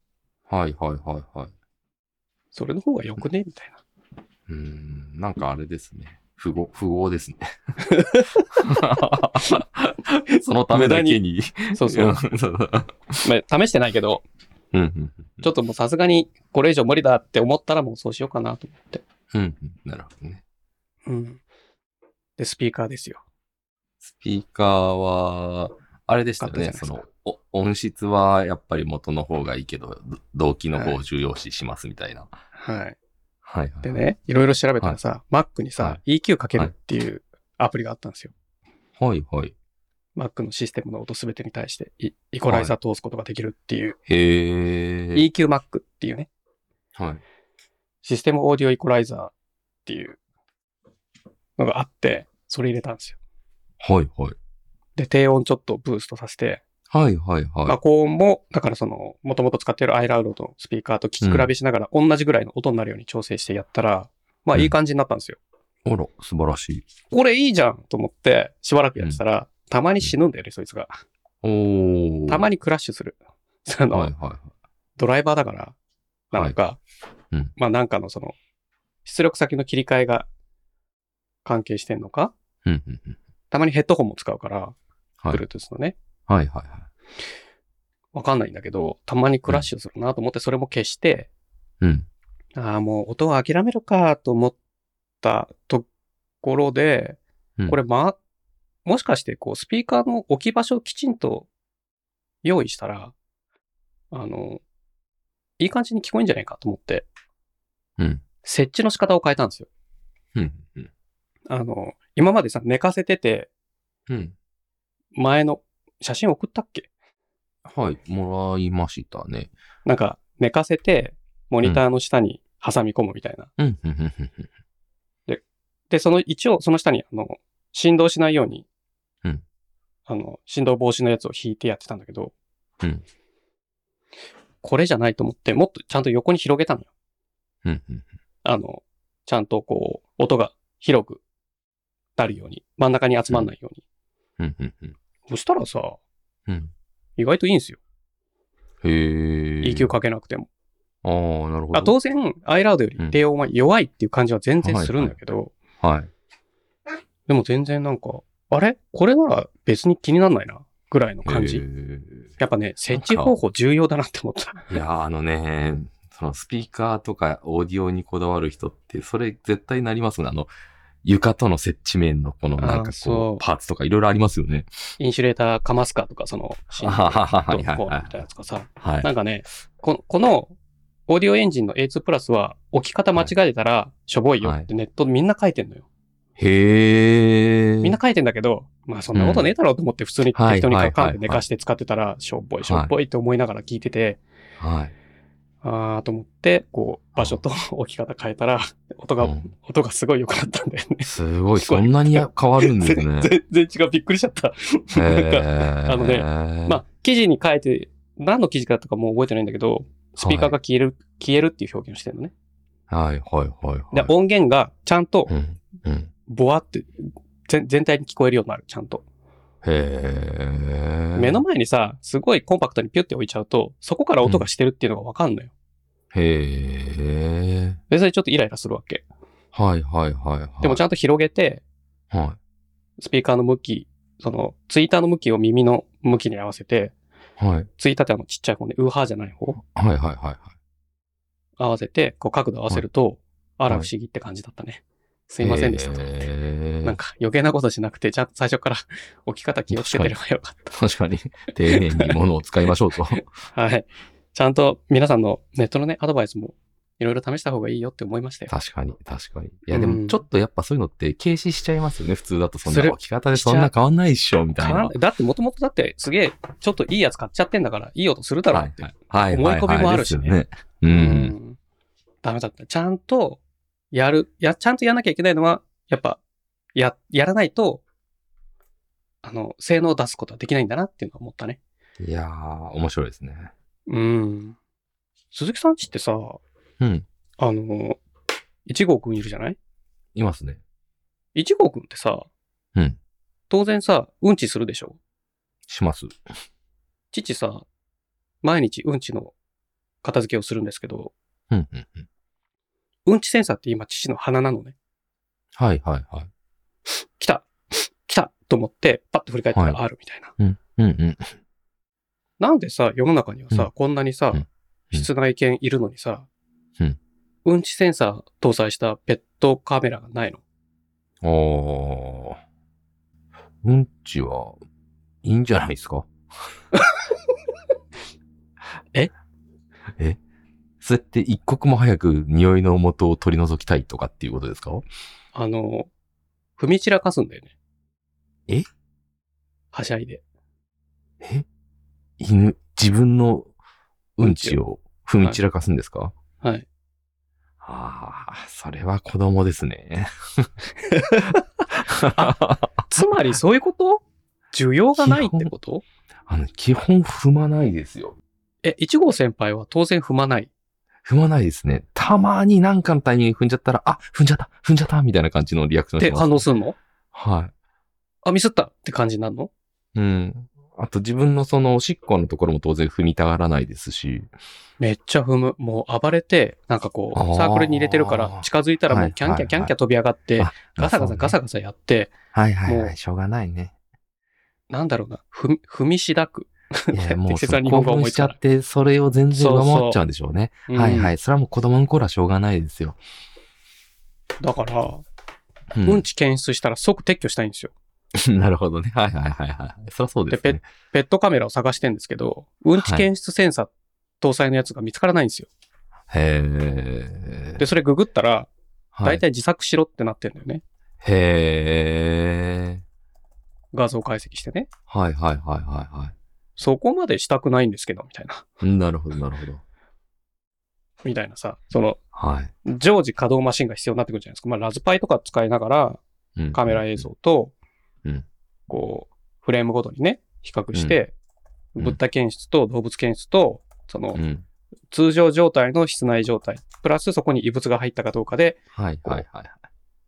はいはいはいはい。
それの方がよくねみたいな。
うーん、なんかあれですね。符号、符
<laughs>
号ですね。 <laughs> そのためだけに。
そうそう。まあ、
んそうそう
試してないけど、
うんうん
ちょっともうさすがにこれ以上無理だって思ったらもうそうしようかなと思って。
うんうんなるほどね。
うん。で、スピーカーですよ。
スピーカーは、あれでしたよ
買っ
ね。
たじ
そ
ゃない
の、お音質はやっぱり元の方がいいけど、ど動機の方を重要視しますみたいな。
はい。
はいはい。
で。ね、いろいろ調べたらさ、Mac にさ
は、
EQ かけるっていうアプリがあったんですよ。
はいはい。
Mac のシステムの音すべてに対してイ、イコライザー通すことができるっていう、
へえ。
EQMac っていうね、
はい。
システムオーディオイコライザーっていうのがあって、それ入れたんですよ。
はいはい。
で、低音ちょっとブーストさせて、
はいはい
まあ、
は
高音も、だからその、もともと使っているアイラウドのスピーカーと聞き比べしながら、同じぐらいの音になるように調整してやったら、まあ
うん
いい感じになったんですよ。
い。あら、素晴らしい。
これいいじゃんと思って、しばらくやってたら、たまに死ぬんだよね、そいつが。
おー。
たまにクラッシュする。その、
はいはい
ドライバーだから、なのか、
いうん
まあなんかのその、出力先の切り替えが関係してんのか、
うんうんうん。
たまにヘッドホンも使うから、
はい
Bluetooth のね、
はいはいはい。
わかんないんだけど、たまにクラッシュするなと思って、それも消して、
うん。
ああ、もう音を諦めるかと思ったところで
うん、
これま、もしかしてこうスピーカーの置き場所をきちんと用意したら、あの、いい感じに聞こえんじゃないかと思って、
うん。
設置の仕方を変えたんですよ。
うん。うん
あの、今までさ、寝かせてて、
うん。
前の写真送ったっけ
はい。もらいましたね。
なんか、寝かせて、モニターの下に挟み込むみたいな。
うん。うんうんうんうん
で、その、一応、その下に、あの、振動しないように、
うん
あの、振動防止のやつを引いてやってたんだけど、
うん
これじゃないと思って、もっとちゃんと横に広げたのよ。
うんうん。
あの、ちゃんとこう、音が広くなるように、真ん中に集まんないように。
うんうんうん。
そしたらさ、
うん。
意外といいんですよ。
へえ。
EQ かけなくても。
ああ、なるほど。
あ当然、アイラードより低音は弱いっていう感じは全然するんだけど、
はい。
でも全然なんか、あれこれなら別に気にならないな、ぐらいの感じ。
へー
やっぱね、設置方法重要だなって思った。
いやー、あのね、そのスピーカーとかオーディオにこだわる人って、それ絶対なりますね。あの、床との接地面のこのなん
あー
か
そ
こ
う
う、パーツとかいろいろありますよね。
インシュレーターかますかとか、その、シン
あ
クと
はは
コ
は
ー
いはい
ンみたいな
は
やつかさ。
い。は。
ないんかね、ここの、オーディオエンジンの A2 プラスは置き方間違えたらしょぼいよってネットでみんな書いてんのよ。
へー。
みんな書いてんだけど、まあそんなことねえだろうと思って普通に
はい
適当に
は
カ
い
カン
は
で
い
寝かして使ってたらしょぼいしょぼいって思いながら聞いてて、
はい。
あーと思って、こう場所と置き方変えたら音が、
うん
音がすごい良くなったんだよね。
すごい、
すごい
そんなに
<laughs>
変わるんです
全
ね。
然全然違う。びっくりしちゃった。なんか
あ
あのねまあ、記事に書いて、何の記事かとかもう覚えてないんだけど、スピーカーが消える、消えるっていう表現をしてるのね。
はいはいはいはい。
で、音源がちゃんと
う、ん。うん。
ぼわって、全全体に聞こえるようになる、ちゃんと。
へー。
目の前にさ、すごいコンパクトにピュって置いちゃうと、そこから音がしてるっていうのがわかんのよ。
へー。
で、それちょっとイライラするわけ。
はいはいはいはい。
でもちゃんと広げて、
は
スピーカーの向き、その、ツイーターの向きを耳の向きに合わせて、
い。はい。
ツイーターってあのちっちゃい方ね、ウーハーじゃない方
はいはいはいはい。
合わせて、こう角度合わせると、あら不思議って感じだったね。すいませんでしたと思って。
へー
なんか余計なことしなくて、ちゃんと最初から <laughs> 置き方気をつけてればよかっ
確かに、丁寧に物を使いましょ
<laughs>
うと。
た。はい。ちゃんと皆さんのネットのね、アドバイスもいろいろ試した方がいいよって思いましたよ。
確かに、確かに。いや、
うん
でもちょっとやっぱそういうのって軽視しちゃいますよね、普通だと。そん
す
な
る
置き方でそんな変わんないっしょ、みたいな。
だってもともとだってすげえ、ちょっといいやつ買っちゃってんだから、いい音するだろうって。
はいはい。
思い込みもあるしね
はいはいですよね。
う
う。
んんダメだった。ちゃんとやる、や、ちゃんとやらなきゃいけないのは、やっぱ、や、やらないと、あの、性能を出すことはできないんだなっていうのは思ったね。
いやー、面白いですね。
うん。鈴木さんちってさ、
うん。
あの、一号くんいるじゃない
いますね。
一号くんってさ、
うん
当然さ、うんちするでしょ
します。
父さ、毎日うんちの片付けをするんですけど、
うん、うん、うん。
うんちセンサーって今父の鼻なのね。
はいはいはい。
来た来たと思って、パッと振り返ったら
は
R みたいな。
うん、うん。
なんでさ、世の中にはさ、
う
こんなにさ、
うん
室内犬いるのにさ、
うん
うんちセンサー搭載したペットカメラがないの
おー。うんちは、いいんじゃ <laughs> ないですか
え
えそうやって一刻も早く匂いの元を取り除きたいとかっていうことですか
あの、踏み散らかすんだよね。
え
はしゃいで。
え犬、自分のうんちを踏み散らかすんですか、
はい。
ああ、それは子供です <laughs> ね。
つまりそういうこと需要がないってこと
あの、基本踏まないですよ。
え、一号先輩は当然踏まない。
踏まないですね。たまになんかのタイミングで踏んじゃったら、あ、踏んじゃった、踏んじゃった、みたいな感じのリアクショ
っ
ンしててます。
反応すんの
は
あ、ミスったって感じになるの
い。うん。あと自分のそのおしっこのところも当然踏みたがらないですし。
めっちゃ踏む。もう暴れて、なんかこ
あー
う、サークルに入れてるから、近づいたらも
は
う
い
キャンキ
は
ャ
い
キャンキャ飛び上がって
あ、
ガサガ
そう
サ
ね
ガサガサやって、
はいはいは
も
い。しょうがな
<laughs>
いね。
なんだろうな、踏み、踏みしだく。
いや、もう、
適切な日本語が思い
し
つ
ち
か
ゃ
ない。
って、それを全然上回っちゃうんでしょうね。はいはいい。それはもう子供の頃はしょうがないですよ。
だから、
う
うんち検出したら即撤去したいんですよ。
なるほどね。はいはいはいはい。そりゃそうです
で
ね。
ペットカメラを探してんですけど、うんち検出センサー搭載のやつが見つからないんですよ。
へー。
で、それググったら、
は
大
い、
体自作しろってなってんだよね。
へー。
画像解析してね。
はいはいはいはいは
そこまでしたくないんですけど、みたいな。 <laughs>
い。なるほどなるほど。
みたいなさ、その、
はい。
常時稼働マシンが必要になってくるじゃないですか。まあ、ラズパイとか使いながら、
うん
カメラ映。像と、
うん
こう、フレームごとにね、比較して、
うん
物体検出と動物検出と、その
う、ん。
通常状態の室内状態、プラスそこに異物が入ったかどうかで、
はいはいはい。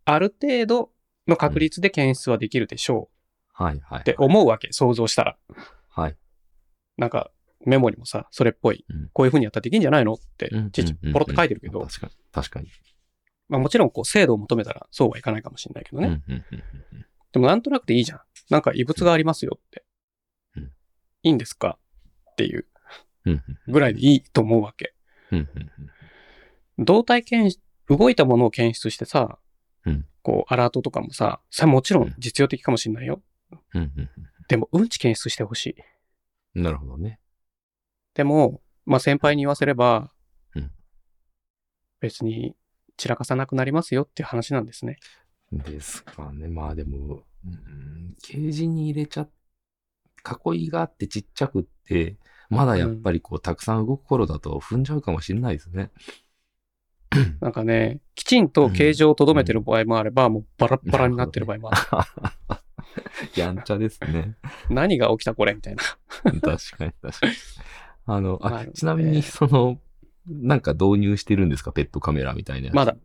ある程度の確率で検出はできるでしょ
はいはいう
っ。て思うわけ、想像したら。
はい。
なんか、メモにもさ、それっぽい
うん、
こういう風にやったらできんじゃないのって
うん、
父、
うん
ポロッと書いてるけど、
確かに。確かに。
まあもちろんこう精度を求めたらそうはいかないかもしれないけどね。
うんうんうんうん
でもなんとなくでいいじゃん。なんか異物がありますよって。
うん
いいんですかっていう
うん
ぐらいでいいと思うわけ。
うんうんうんうん
動体検出、動いたものを検出してさ、
うん
こうアラートとかもさ、さもちろん実用的かもしれないよ。
うんうん
でもうんち検出してほしい。
うんなるほどね。
でも、まあ先輩に言わせれば、
うん
別に散らかさなくなりますよっていう話なんですね。
ですかね。まあでも、うん、ケージに入れちゃ、囲いがあってちっちゃくって、まだやっぱりこう、たくさん動く頃だと踏んじゃうかもしれないですね。
なんかね、きちんと形状をとどめてる場合もあれば、もうバラッバラになってる場合もある。
やんちゃですね。
<laughs> 何が起きたこれみたいな。
<laughs> 確かに確かに。あの、
な
あ
るほどね、
ちなみにその、なんか導入してるんですかペットカメラみたいなやつ。
まだ。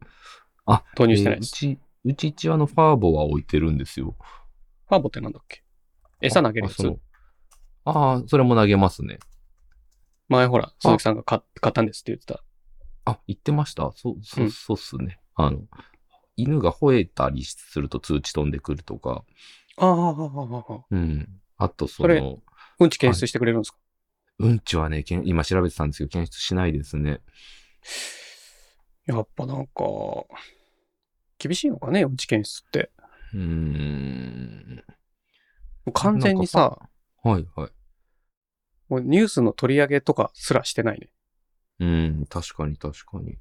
あ、
投
え
入
ー
してないで
う
す。
ち、うち一応あのファーボは置いてるんですよ。
ファーボってなんだっけ餌投げるや
あそ
つ
のあー、それも投げますね。
前ほら、鈴木さんが買買ったんですって言ってた。
あ、言ってましたそう、そうう、
ん
そうっすね。あの、犬が吠えたりすると通知飛んでくるとか、
ああ、ああ、ああ。
うん。あと、そ
それ
の、
うんち検出してくれるんですか
うんちはね、けん今調べてたんですけど、検出しないですね。
やっぱなんか、厳しいのかね、うんち検出って。
うーん。
もう完全に
なん
さ、
はい、はい。
もうニュースの取り上げとかすらしてないね。
うん、確かに、確かに。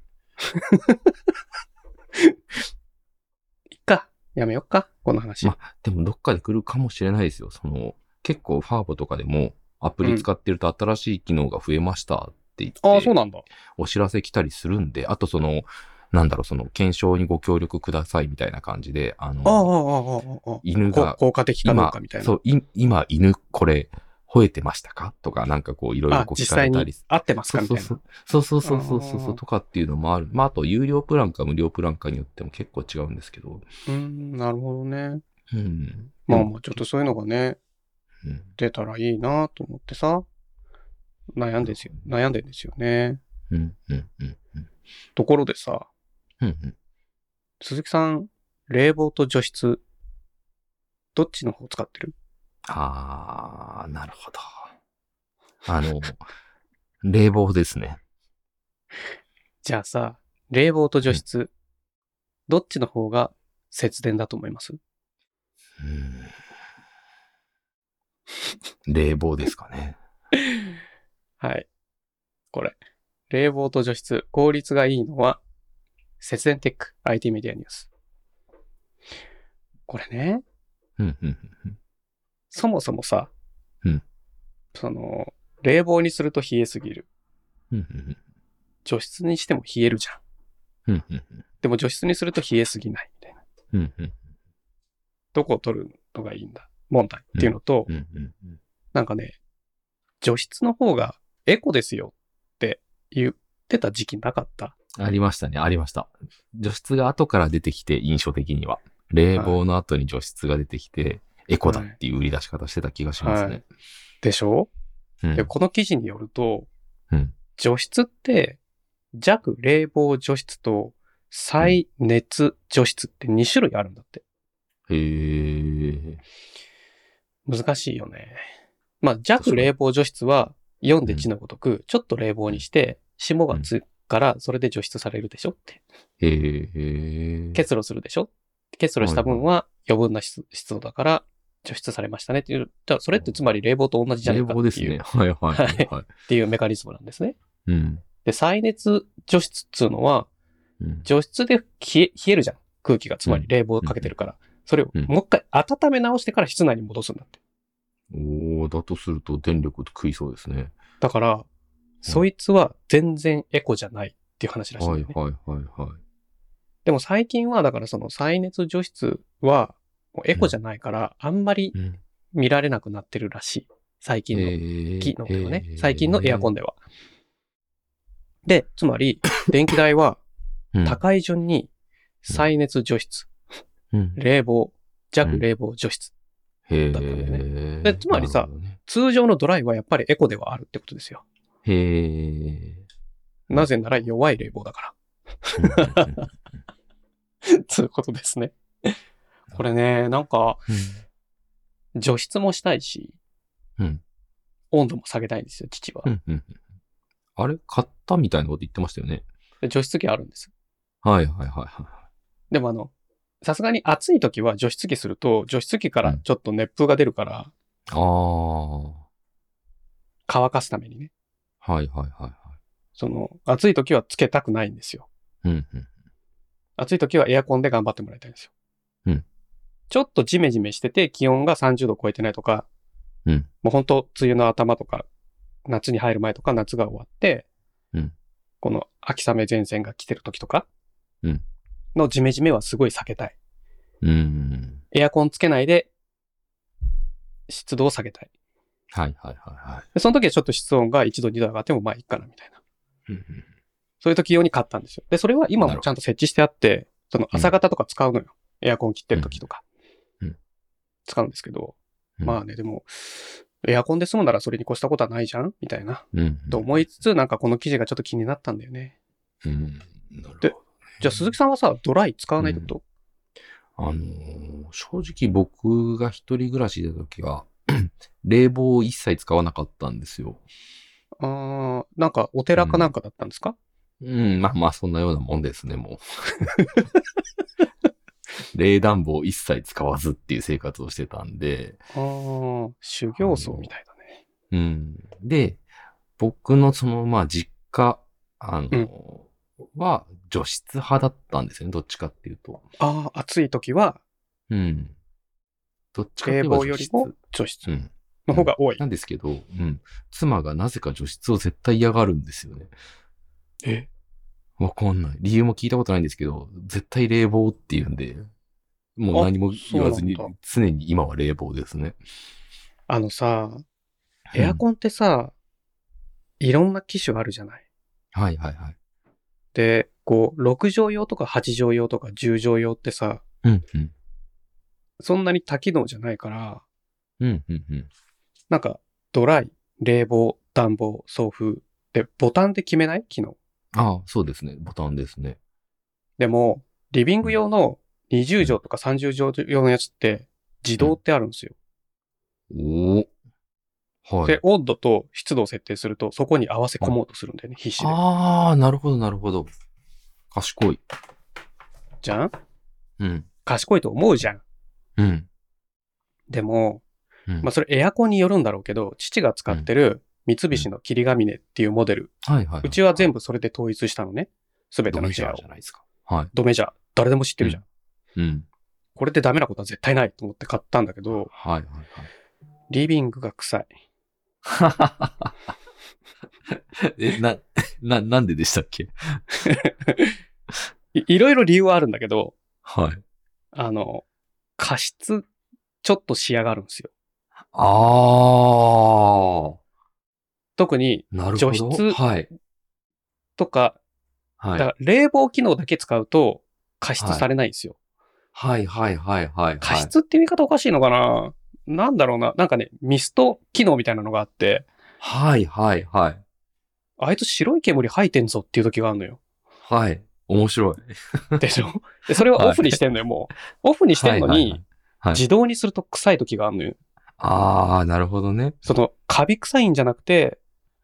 いっか。やめよっか。この話。
までも、どっかで来るかもしれないですよ。その、結構、ファーボとかでも、アプリ使ってると新しい機能が増えましたって言って、
ああ、そうなんだ。
お知らせ来たりするんで、あとその、なんだろう、その、検証にご協力くださいみたいな感じで、あの、
ああ、ああ、ああ、ああ。
犬
こ
が
効果的かどう
今
かみたいな。
そうい今犬これ吠えてましたかとかなんかこういろいろ
あ、
こう
実
聞かれ
際
た
に
り
合ってます
そ
か
う
み
そ
たいうな。
そうそうそうそうそうそ
あ
う
ー
とかっていうのもあるまああと有料プランか無料プランかによっても結構違うんですけど
うーん、なるほどね。
うん
まあまあ、ちょっとそういうのがね、
うん
出たらいいなと思ってさ、悩んですよ。悩んでんですよね。
うんうんうんうん
ところでさ、
うん
鈴木さん、冷房と除湿、どっちの方使ってる
あーなるほどあの <laughs> 冷房ですね
じゃあさ、冷房と除湿、どっちの方が節電だと思います
うん冷房ですかね
はい。これ。冷房と除湿、効率がいいのは、節電テック、IT メディアニュース。これね、
うん、うん、うん
そもそもさ、
うん
その、冷房にすると冷えすぎる。
うん、うん
除湿にしても冷えるじゃん。
うん、うん、
でも除湿にすると冷えすぎないみたいな。
うん、うん、うん
どこを取るのがいいんだ問題っていうのと、
うん、うん、うん
なんかね、除湿の方がエコですよって言ってた時期なかった。
ありましたね、ありました。除湿が後から出てきて、印象的には。冷房の後に除湿が出てきて、エコだっていう売り出し方してた気がしますね。
でしょ、
うん
で、この記事によると、
うん
除湿って弱冷房除湿と再熱除湿って2種類あるんだって。
へえ。
難しいよね。まあ、弱冷房除湿は4で字のごとく、ちょっと冷房にして、霜がつくからそれで除湿されるでしょって。
へえ。
結露するでしょ結露した分は余分な湿湿度だから除湿されましたねっていう。じゃあそれってつまり冷房と同じじゃな
冷
いか
房
っ
です
ていう,、
ね。はいはいはいはい。
っていうメカニズムなんですね。
うん。
で、再熱除湿っていうのは、
うん
除湿で冷え冷えるじゃん。空気が。つまり冷房をかけてるから。それを
うん
もう一回温め直してから室内に戻すんだって。
おおだとすると電力と食いそうですね。
だから、そいつは全然エコじゃないっていう話らしいん
は
だ
い
よね。
はいはいはい。
でも最近は、だからその再熱除湿は、もうエコじゃないから、あんまり
うん
見られなくなってるらしい。最近の機能ではね。最近のエアコンでは。で、つま
<laughs>
り、電気代は
ン
高い順に再熱除湿、
いん
冷房、
う
弱
ん
冷房除湿。
へ
だったんだよ
え。
でつまりさ
なるほどね
通常のドライはやっぱりエコではあるってことですよ。
へえ。
なぜなら <laughs> 弱い冷房だか
うんうんうん
ら。つうことですね。これね、なんか、 <laughs> 除湿もしたいし、
うん
温度も下げたいんですよ、父は
う。んうんうんあれ買ったみたいなこと言ってましたよね。
で除湿機あるんです。
はいはいはいは
でもあの、さすがに暑い時は除湿機すると、除湿機からちょっと熱風が出るから、
い。ああ。
乾かすためにね。
はいはいはいは
その、暑い時はつけたくないんですよ。
い。うんうん。
暑い時はエアコンで頑張ってもらいたいんですよ。
うん
ちょっとジメジメしてて気温が30度超えてないとか、
うん
もう本当梅雨の頭とか、夏に入る前とか夏が終わって、
うん
この秋雨前線が来てる時とか、
うん
のジメジメはすごい避けたい。
うん。
エアコンつけないで、湿度を下げたい。
はいはいはいはい。
でその時はちょっと室温が1度2度上がってもまあいいかなみたいな。
うんうん
そういう時用に買ったんですよ。で、それは今も
なるほど
ちゃんと設置してあって、その
うん
朝方とか使うのよ。エアコン切ってる時とか。
うんうん
使うんですけど、
うん
まあね、でも、エアコンで済むならそれに越したことはないじゃんみたいな。
うんうん。
と思いつつ、なんかこの記事がちょっと気になったんだよね。
うん。なるほ
で
ど。
じゃあ鈴木さんはさ、ドライ使わないってこと、
あのー正直僕が一人暮らしで時は、 <clears throat> 冷房を一切使わなかったんですよ。
あーなんかお寺かなんかだったんですか、
うん、まあまあそんなようなもんですね、もう。 <laughs> 冷暖房を一切使わずっていう生活をしてたんで、
ああ、修行僧みたいだね。
うん。で、僕のその、まあ実家、あのーは除湿派だったんですよね、どっちかっていうと。
ああ、暑い時は
うん。どっちかってい
冷
えば
房
除
より
湿。
も除湿
うん。
の方が多い。
なんですけど、うん。妻がなぜか除湿を絶対嫌がるんですよね。
え
わかんない。理由も聞いたことないんですけど、絶対冷房って言うんで、もう何も言わずに
あそうなんだ、
常に今は冷房ですね。
あのさ、エアコンってさ、いろんな機種あるじゃない。
うんはいはいはい。
で、こう、6畳用とか8畳用とか10畳用ってさ、
うんうん。
そんなに多機能じゃないから、
うんうんうん。
なんか、ドライ、冷房、暖房、送風でボタンで決めない機能。
ああ、そうですね。ボタンですね。
でも、リビング用の20畳とか30畳用のやつって、自動ってあるんですよ。
おお。は
で
い、。
温度と湿度を設定すると、そこに合わせ込もうとするんだよね、必死で。
ああ、なるほどなるほど。賢い。
じゃん
うん。
賢いと思うじゃん。
うん。
でも、
うん
まあそれエアコンによるんだろうけど、父が使ってる三菱の霧ヶ峰っていうモデル。
はいはい。
うちは全
部
部それで統一したのね。すべて
ド
の
メ
チェ
ジ
ア
ャー
を
じゃ。ないですか。はい。
ドメジャー。誰でも知ってるじゃん。
うん。
これでダメなことは絶対ないと思って買ったんだけど、
はいはい
リビングが臭い。
はい。 <laughs> え、な、な、なんででしたっけ
いいろいろ理由はあるんだけど、
はい。
あの、加湿、ちょっと仕上がるんですよ。
あー。
特に、
なるほど。
除湿
はい。
とか、だ
はい。
から冷房機能だけ使うと、加湿されないんですよ。
はいはいはいはい。
加湿って言い方おかしいのかな、なんだろうな。なんかね、ミスト機能みたいなのがあって、
はいはいはい。
あいつ白い煙吐いてんぞっていう時があるの
<laughs>
よ。
はい。面白い。
でしょでそれをオフにしてんのよ、もう。オフにしてんの
はいはいは
に
い、はい
自動にすると臭い時があるのよ。
あー、なるほどね。
その、カビ臭いんじゃなくて、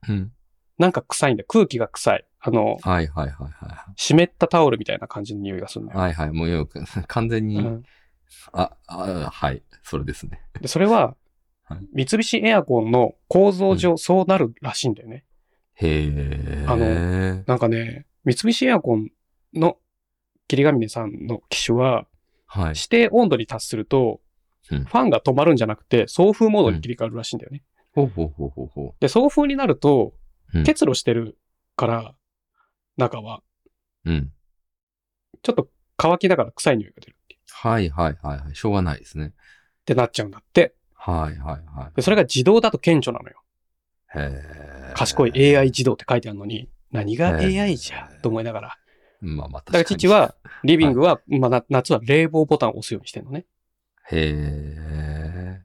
うん。
なんか臭いんだよ。空気が臭い。あの、
はいはいはいは
湿ったタオルみたいな感じの匂いがするの
い。
よ。
はいはい。もうよく、 <laughs> 完全に、
うん
あ、あ、はい。それですね。
でそれは
は、
三菱エアコンの構造上そうなるらしいんだよね。
へえ。
あなんかね、三菱エアコンの霧ヶ峰さんの機種は、
はい。
指定温度に達すると、
う
フ
ん
ァンが止まるんじゃなくて、送風モードに切り替わるらしいんだよね。
ほうほうほうほうほ
で、送風になると
うん、
結露してるから、中は、
う。うん。
ちょっと乾きながら臭い匂いが出るって
はいはいはいはい。しょうがないですね。
ってなっちゃうんだって。
はいはいは
で、それが自動だと顕著なのよ。
い。へえ。
賢い AI 自動って書いてあるのに、何が
えー
AI じゃと思いながら。
まあまあ
だか
確からに。
父。は、リビングは、まあな夏は冷房ボタンを押すようにしてるのね。
へえ。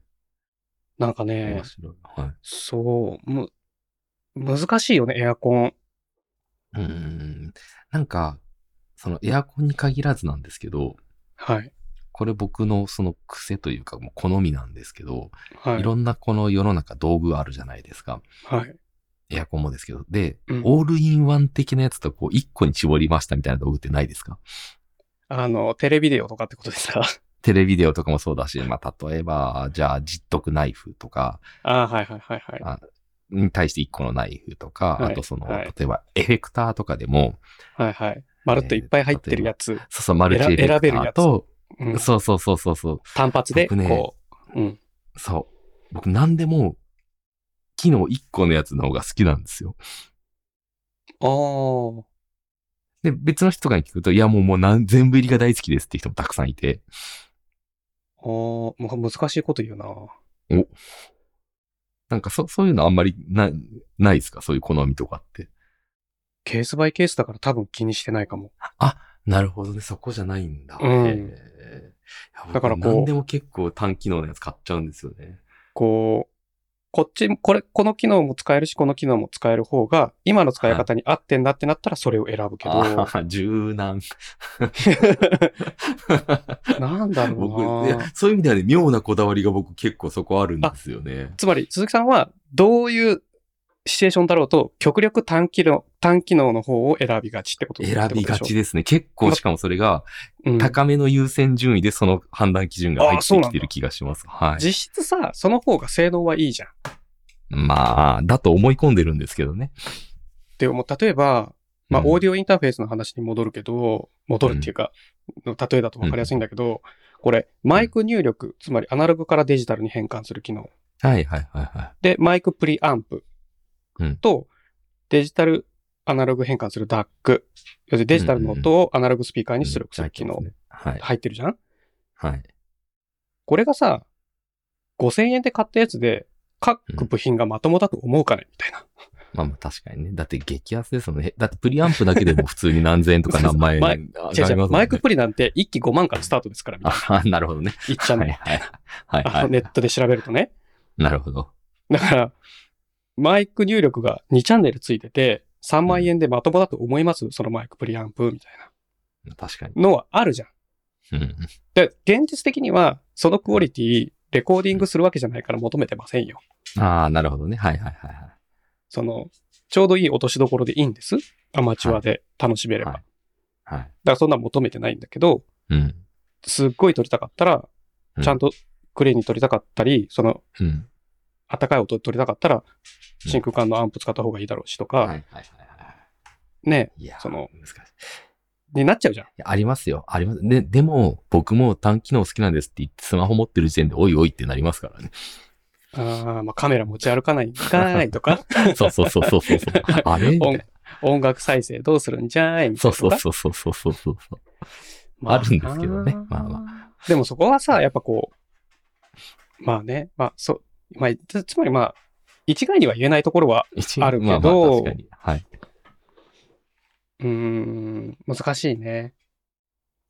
なんかね
面、白い。はい。
そう、む、難しいよね、エアコン。
うーん。なんか、そのエアコンに限らずなんですけど、
はい。
これ僕のその癖というかもう好みなんですけど、
はい
い、。ろんなこの世の中道具あるじゃないですか。
はい。
エアコンもですけど。で、
うん
オールインワン的なやつとこう一個に絞りましたみたいな道具ってないですか
あの、テレビデオとかってことですか <laughs>
テレビデオとかもそうだし、まあ例えば、じゃあ実得ナイフとか、
ああ、はいはいはいはい。
に対して1個のナイフとか、
はい
あとその、
はい
例えばエフェクターとかでも、
はいはい。まるっといっぱい入ってるやつ。
そうそう、マルチエフェクターと、
うん
そうそうそうそうそう、
単発で、
僕ね
こう。うん。
そう。僕何でも、機能1個のやつの方が好きなんですよ。
あー
で、別の人とかに聞くと、いやもうもう何全部入りが大好きですって人もたくさんいて、
あー。もう難しいこと言うな。
なんかそそういうのあんまりな、ないですかそういう好みとかって。
ケースバイケースだから多分気にしてないかも。
なるほどね、そこじゃないんだ。
うん
へえいや
だからこう
僕何でも結構単機能のやつ買っちゃうんですよね。
こう、こっち、これ、この機能も使えるし、この機能も使える方が、今の使い方に合ってんだってなったらそれを選ぶけど、
ああ、 <laughs> 柔軟。
なんだ
<laughs> 僕
ろう
い
な
や。そういう意味ではね、妙なこだわりが僕結構そこあるんですよね。
つまり、鈴木さんは、どういうシチュエーションだろうと、極力短機能、短機能の方を選びがちってこと
選びがち
で。
ですね。結構、しかもそれが
うん
高めの優先順位でその判断基準が入ってきてる気がします。はい。
実質さ、その方が性能はいいじゃん。
まあ、だと思い込んでるんですけどね。
でも、例えば、まあ、
うん
オーディオインターフェースの話に戻るけど、戻るっていうか、の例えだと分かりやすいんだけど、これ、マイク入力、つまりアナログからデジタルに変換する機能。
はいはいはいは
で、マイクプリアンプ
うん
と、デジタルアナログ変換する DAC。要するにデジタルの音をアナログスピーカー
い。
に出力する機能
うん。はい。
入ってるじゃん
はい。
これがさ、5000円で買ったやつで、各部品がまともだと思うかねみたいな。
まあまあ確かにね。だって激安ですもんね。だってプリアンプだけでも普通に何千円とか何万円
マイ
上がり
違
ま
う
す
違
も
う。
んね
マイクプリなんて1機5万からスタートですから、みたいな。
あ、なるほどね。
言っち
は
ゃん
いはい
ね。
はい
あ
は
のネ
い。
ットで調べるとね。
なるほど。
だから、マイク入力が2チャンネルついてて、3万円でまともだと思いますそのマイクプリアンプみたい
確かに。
なのはあるじゃん。
うん。
で、現実的には、そのクオリティ、レコーディングするわけじゃないから求めてませんよ。
ああ、なるほどね。はいはいはいはい。
その、ちょうどいい落としどころでいいんです。アマチュアで楽しめれば。
は
だ
いはい。
からそんな求めてないんだけど、
うん。
すっごい撮りたかったら
う、ん
ちゃんとクレーンに撮りたかったり、その、
うん。
暖かい音取りたかったら、真空管のアンプ使った方がいいだろうしとか、
はいはいはいは
ね、
い。いやー、
その
難しい。
になっちゃうじゃん。
いやありますよ。あります。で、でも、僕も単機能好きなんですって言って、スマホ持ってる時点で、おいおいってなりますから
<laughs>
ね。
ああ、まあカメラ持ち歩かないんかーいとか、
そうそうそうそうそうそう。あれ <laughs> みたい
音
な
音楽再生どうするんじゃーいみた
そ
いうなとか
そうそうそうそうそうそう。
ま
あるんですけどねまあ
でもそこはさ、やっぱこう、まあね、まあそう、まあ、つつまりまあ、一概には言えないところは、
一
あるけど
まあまあ確かに。はい。
うーん、難しいね。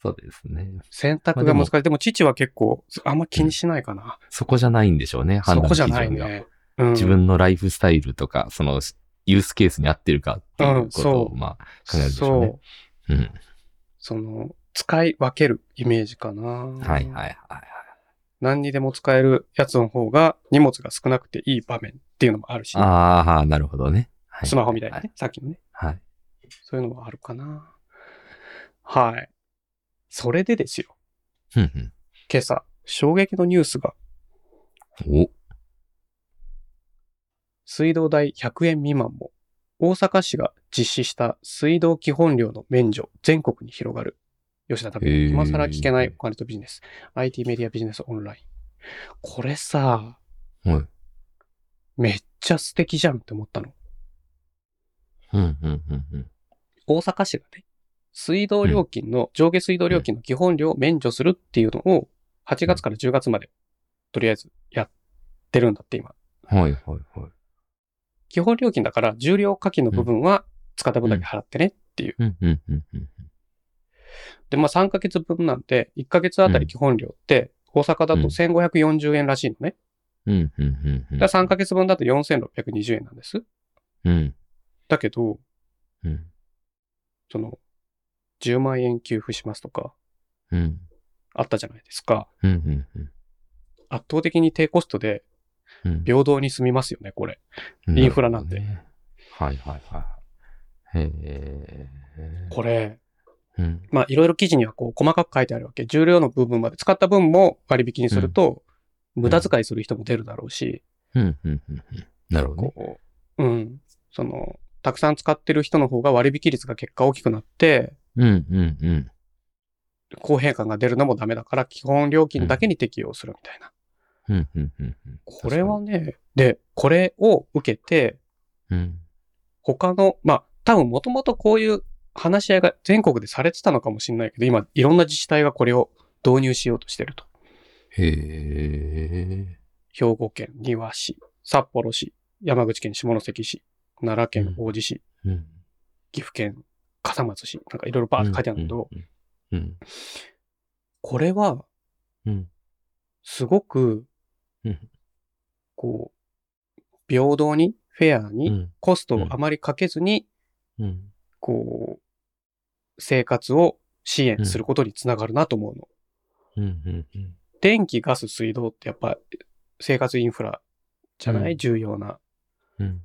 そうですね。
選択
まあで
が
も
難しい。でも、父は結構、あんま気にしないかな。
そこじゃないんでしょうね、判
そ
断
こ
基
じゃ
準
な
が。
いね。うん、
自分のライフスタイルとか、その、ユースケースに合ってるかっていうことを、
う
まあ、考えるでしょうね。
そう。
うん。
その、使い分けるイメージかな。
はいはいはいはい。
何にでも使えるやつの方が、荷物が少なくていい場面っていうのもあるし、
ああ、なるほどね。はい
スマホみたいなね、さっきのね。
はい。
そういうのもあるかな。はい。それでですよ、
ふんふん
今朝、衝撃のニュースが、
お、
水道代100円未満も、大阪市が実施した水道基本料の免除、全国に広がる。吉田拓
へ
也、
ー
今更聞けないお金とビジネス。IT メディアビジネスオンライン。これさ、
はい
めっちゃ素敵じゃんって思ったの。
うんうんうんうん。
大阪市がね、水道料金の、上下水道料金の基本料を免除するっていうのを、8月から10月まで、とりあえずやってるんだって、今。
はいはいはい。
基本料金だから、重量課金の部分は使った分だけ払ってねっていう。
うんうんうんうん。
で、まあ3ヶ月分なんで、1ヶ月あたり基本料って、大阪だと
うん
1540円らしいのね。
うんうんうんうん。
だから3ヶ月分だと4620円なんです。
うん
だけど、
うん
その、10万円給付しますとか、
うん
あったじゃないですか。
うんうんうん
圧倒的に低コストで
うん
平等に済みますよね、これ。インフラなんで
るほどねはいはいはい。へえ。
これ、
うん
まあいろいろ記事にはこう細かく書いてあるわけ。重量の部分まで使った分も割引にすると、無駄遣いする人も出るだろうし、
うんうんうんうん。なるほどね。
こう、うん、その、たくさん使ってる人の方が割引率が結果大きくなって、
うんうんうん。
公平感が出るのもダメだから、基本料金だけに適用するみたいな。
うんうんうんうん。
これはね、で、これを受けて、
うん。
他の、まあ、多分もともとこういう話し合いが全国でされてたのかもしれないけど、今、いろんな自治体がこれを導入しようとしてると。
へえ。
兵庫県庭市、札幌市、山口県下関市、奈良県
うん
大路市、
うん。
岐阜県笠松市、なんかいろいろバーって書いてあるんだけど、
うん。
これは
うん。
すごく
うん、
こう、平等に、フェア
う
に、
ん。
コストをあまりかけずに、
うん。
こう、生活を支援することにつながるなと思うの。
うん。うん。うん。
電気、ガス、水道ってやっぱ生活インフラじゃない、
うん
重要な。
うん。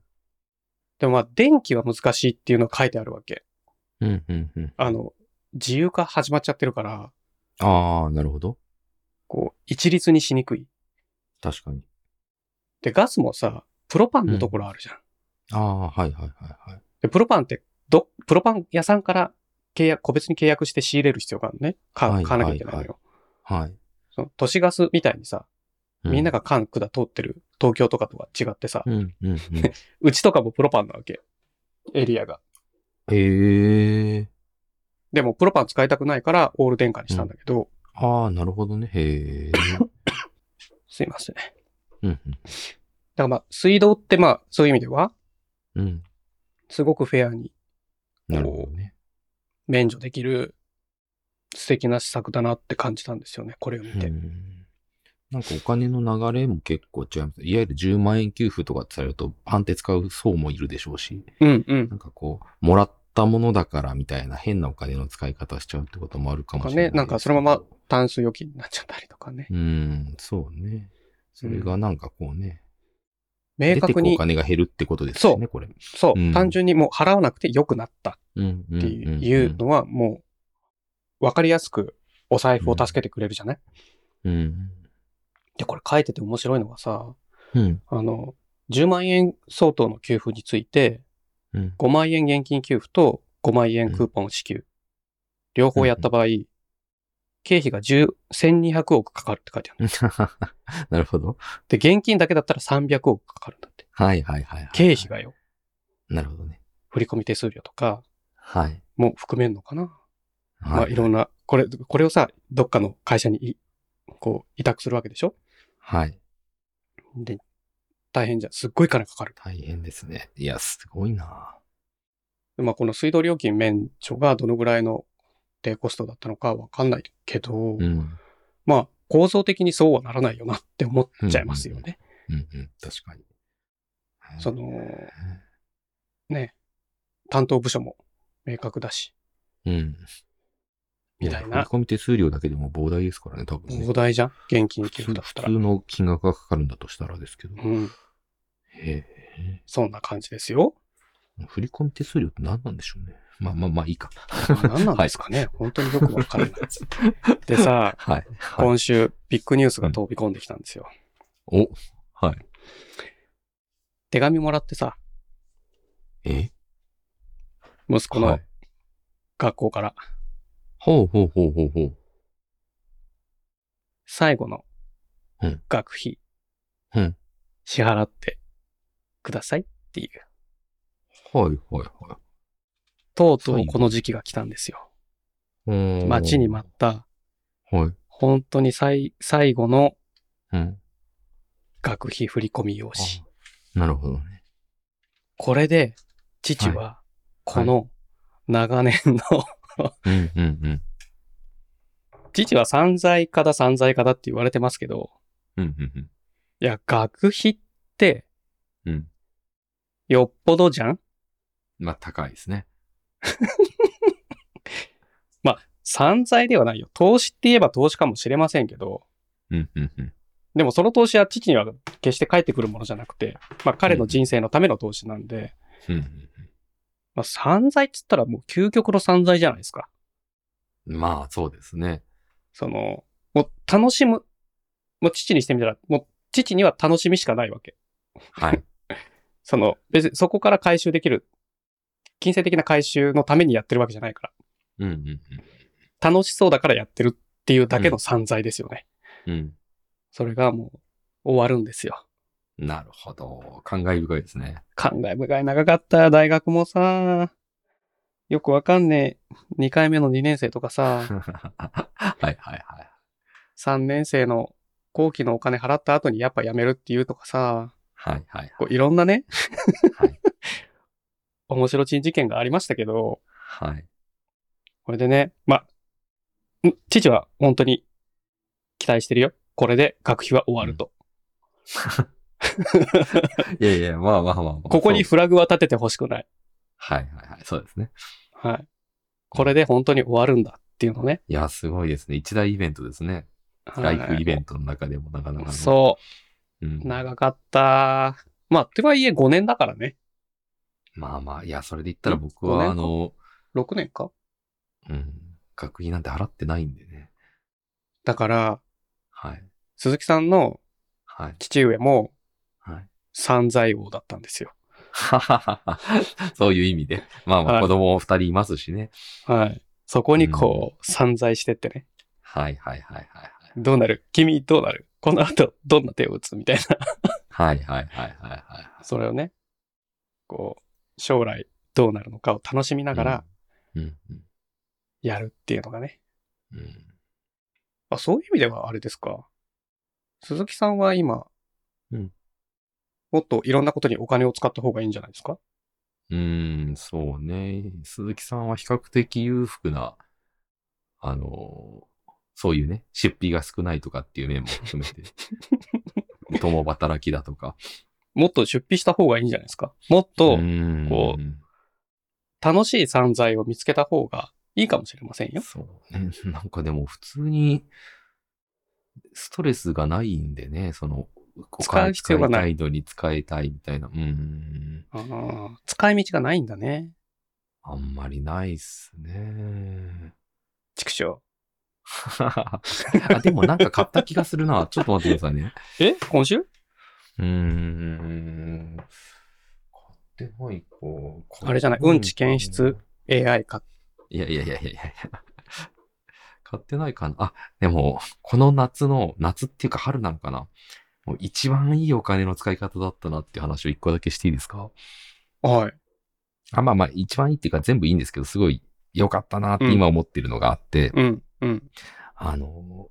でもまあ電気は難しいっていうのが書いてあるわけ。
うん。うん。うん。
あの、自由化始まっちゃってるから、
ああ、なるほど。
こう、一律にしにくい。
確かに。
で、ガスもさ、プロパンのところあるじゃん。
ああ、はいはいはいはい。
で、プロパンって、ど、プロパン屋さんから契約、個別に契約して仕入れる必要があるのね。か
はい
買わなきゃいけないのよ。
はいはい。
その都市ガスみたいにさ、みんな
が。
が管管通ってる東京とかとは違ってさ、
う。
うん
うん。 <laughs> うん。
ちとかもプロパンなわけ。エリアが。
へえ。
でもプロパン使いたくないからオール電化にしたんだけど、
ああ、なるほどね。へえ。
<laughs> すいません。だか
うん。
らまあ、水道ってまあ、そういう意味では、
うん。
すごくフェアに
なるほどね。
免除できる素敵な施策だなって感じたんですよね、これを見て。
うんなんかお金の流れも結構違います。いわゆる10万円給付とかってされると、パンって使う層もいるでしょうし、
うんうん
な。んかこう、もらったものだからみたいな変なお金の使い方しちゃうってこともあるかもしれないですけど。
なんかねなんかそのまま単数預金になっちゃったりとかね。
うん、そうね。それがなんかこうね、
明
出てく
確
お
に、
金が減るってことですよね、これ。
そう、
うん
単純にもう払わなくて良くなった
うん、うん
って
んん
いうのはもう、わかりやすくお財布を助けてくれるじゃない、
うん。
で、これ書いてて面白いのがさ、
うん。
あの、10万円相当の給付について、
うん。 <laughs>
5万円現金給付と5万円クーポン支給。両方やった場合、経費が10 1200億かかるって書いてある。
なるほど。
で、現金だけだったら300億かかるんだって。
はいはいはい、はい。
経費。がよ、
なるほどね。
振込手数料とか
はい。
も含めんのかな。ま
は
あ、い
い。
ろんな、これ、これをさ、どっかの会社にい、こう、委託するわけでしょ
はい。
で、大変じゃん。すっごい金かかる。
大変ですね。いや、すごいな
でまあ、この水道料金免除がどのぐらいの低コストだったのかわかんないけど、
うん。
まあ、構造的にそうはならないよなって思っちゃいますよね。
うんうん。確かに。
そ
うん、
の、ね、担当部署も明確だし、
うん。
みたい
や
な
振込手数料だけでも膨大ですからね、多分ね、
膨大じゃん現金
普
給付
通
だっ
普
た
通
ら。
の金額がかかるんだとしたらですけど。
うん。
へえ。
そんな感じですよ。
振込手数料って何なんでしょうね。まあまあまあいいか。
何なんですかね、本当によくわ
<laughs>
からないです。でさ、
はい。はい。
今週、ビッグニュースが飛び込んできたんですよ。
お、はい。
手紙もらってさ、
え
息子の
はい
学校から、
ほうほうほうほうほう。
最後の
うん
学費
うん、
支払ってくださいっていう。
はいはいは
とうとうこの時期が来たんですよ。
い。うーん
待ちに待った、
はい。
本当に最、最後の
うん。
学費振込用紙。
なるほどね。
これで、父は、この長年の、
うんうん
父は散財家だ散財家だって言われてますけど、
うん。うんうん
いや、学費って、
うん。うん。
よっぽどじゃん
まあ高いですね。
散財ではないよ。投資って言えば投資かもしれませんけど、
うんうんうん。
でもその投資は父には決して返ってくるものじゃなくて、まあ彼の人生のための投資なんで、
うんうん
まあ散財っつったらもう究極の散財じゃないですか。
うん。まあそうですね。
その、もう楽しむ。もう父にしてみたら、もう父には楽しみしかないわけ。
はい。
その、別にそこから回収できる。金銭的な回収のためにやってるわけじゃないか
うんうん
ら。楽しそうだからやってるっていうだけの散財ですよね。
うん。
それがもう終わるんですよ。
うん。なるほど。感慨深いですね。 <laughs>
感慨深い長かった。大学もさ、よくわかんねえ。2回目の2年生とか
<laughs>
さ、
はいはいはい。
3年生の後期のお金払った後にやっぱ辞めるっていうとかさ、
はいはい。
こういろんなね、
はい
<laughs> 面白珍事件がありましたけど、
はい。
これでね、まあ、ん父は本当に期待してるよ。これで学費は終わると。
いやいや、まあまあまあまあ。
ここに
そう
フラグは立ててほしくない。
はいはいはい。そうですね。
はい。これで本当に終わるんだっていうのね。
いや、すごいですね。一大イベントですね。ライフイベントの中でもなかなかの。
そうう。
ん。
長かった。まあ、てはいえ5年だからね。
まあまあ、いや、それで言ったら僕
ごめん
は、あの、
6年か。
うん、学費なんて払ってないんでね。
だから、
はい。
鈴木さんの
はい。
父上も
はい。 <laughs>
散財王だったんですよ。
ははははそういう意味で。まあま
は
あ、
い
子供二人いますしね。
はい。そこにこう、散財してってね。
はいはいはいはい。
どうなる君どうなるこの後どんな手を打つみたいな。 <laughs>
はいはいはいはいはいはい。
それをね、こう、将来どうなるのかを楽しみながら
うん。うん。
やるっていうのがね。
うん。
あ、そういう意味ではあれですか。鈴木さんは今、
うん
もっといろんなことにお金を使った方がいいんじゃないですか
うん、うんそうね。鈴木さんは比較的裕福な、あの、そういうね、出費が少ないとかっていう面も含めて、
<laughs>
共働きだとか。
もっと出費した方がいいんじゃないですかもっと
ん
こ楽しい散財を見つけた方がいいかもしれませんよ。
そう <laughs> ね。なんかでも普通に、ストレスがないんでね、その、お
使う
金
必要がない
使いたいのに使いたいみたいな。うん。
あー使い道がないんだね。
あんまりないっすね。 <laughs>
畜生。
<laughs> あ、でもなんか買った気がするな。ちょっと待ってくださいね。
え今週
うーん。買ってないか。
あれじゃないうんち検出。AI か。
いやいやいやいやいや。買ってないかな。あ、でも、この夏の、夏っていうか春なのかな。もう一番いいお金の使い方だったなっていう話を一個だけしていいですか
はい。
あ、まあまあ、一番いいっていうか全部いいんですけど、すごい良かったなって今思ってるのがあって、
うん、うん。
あの、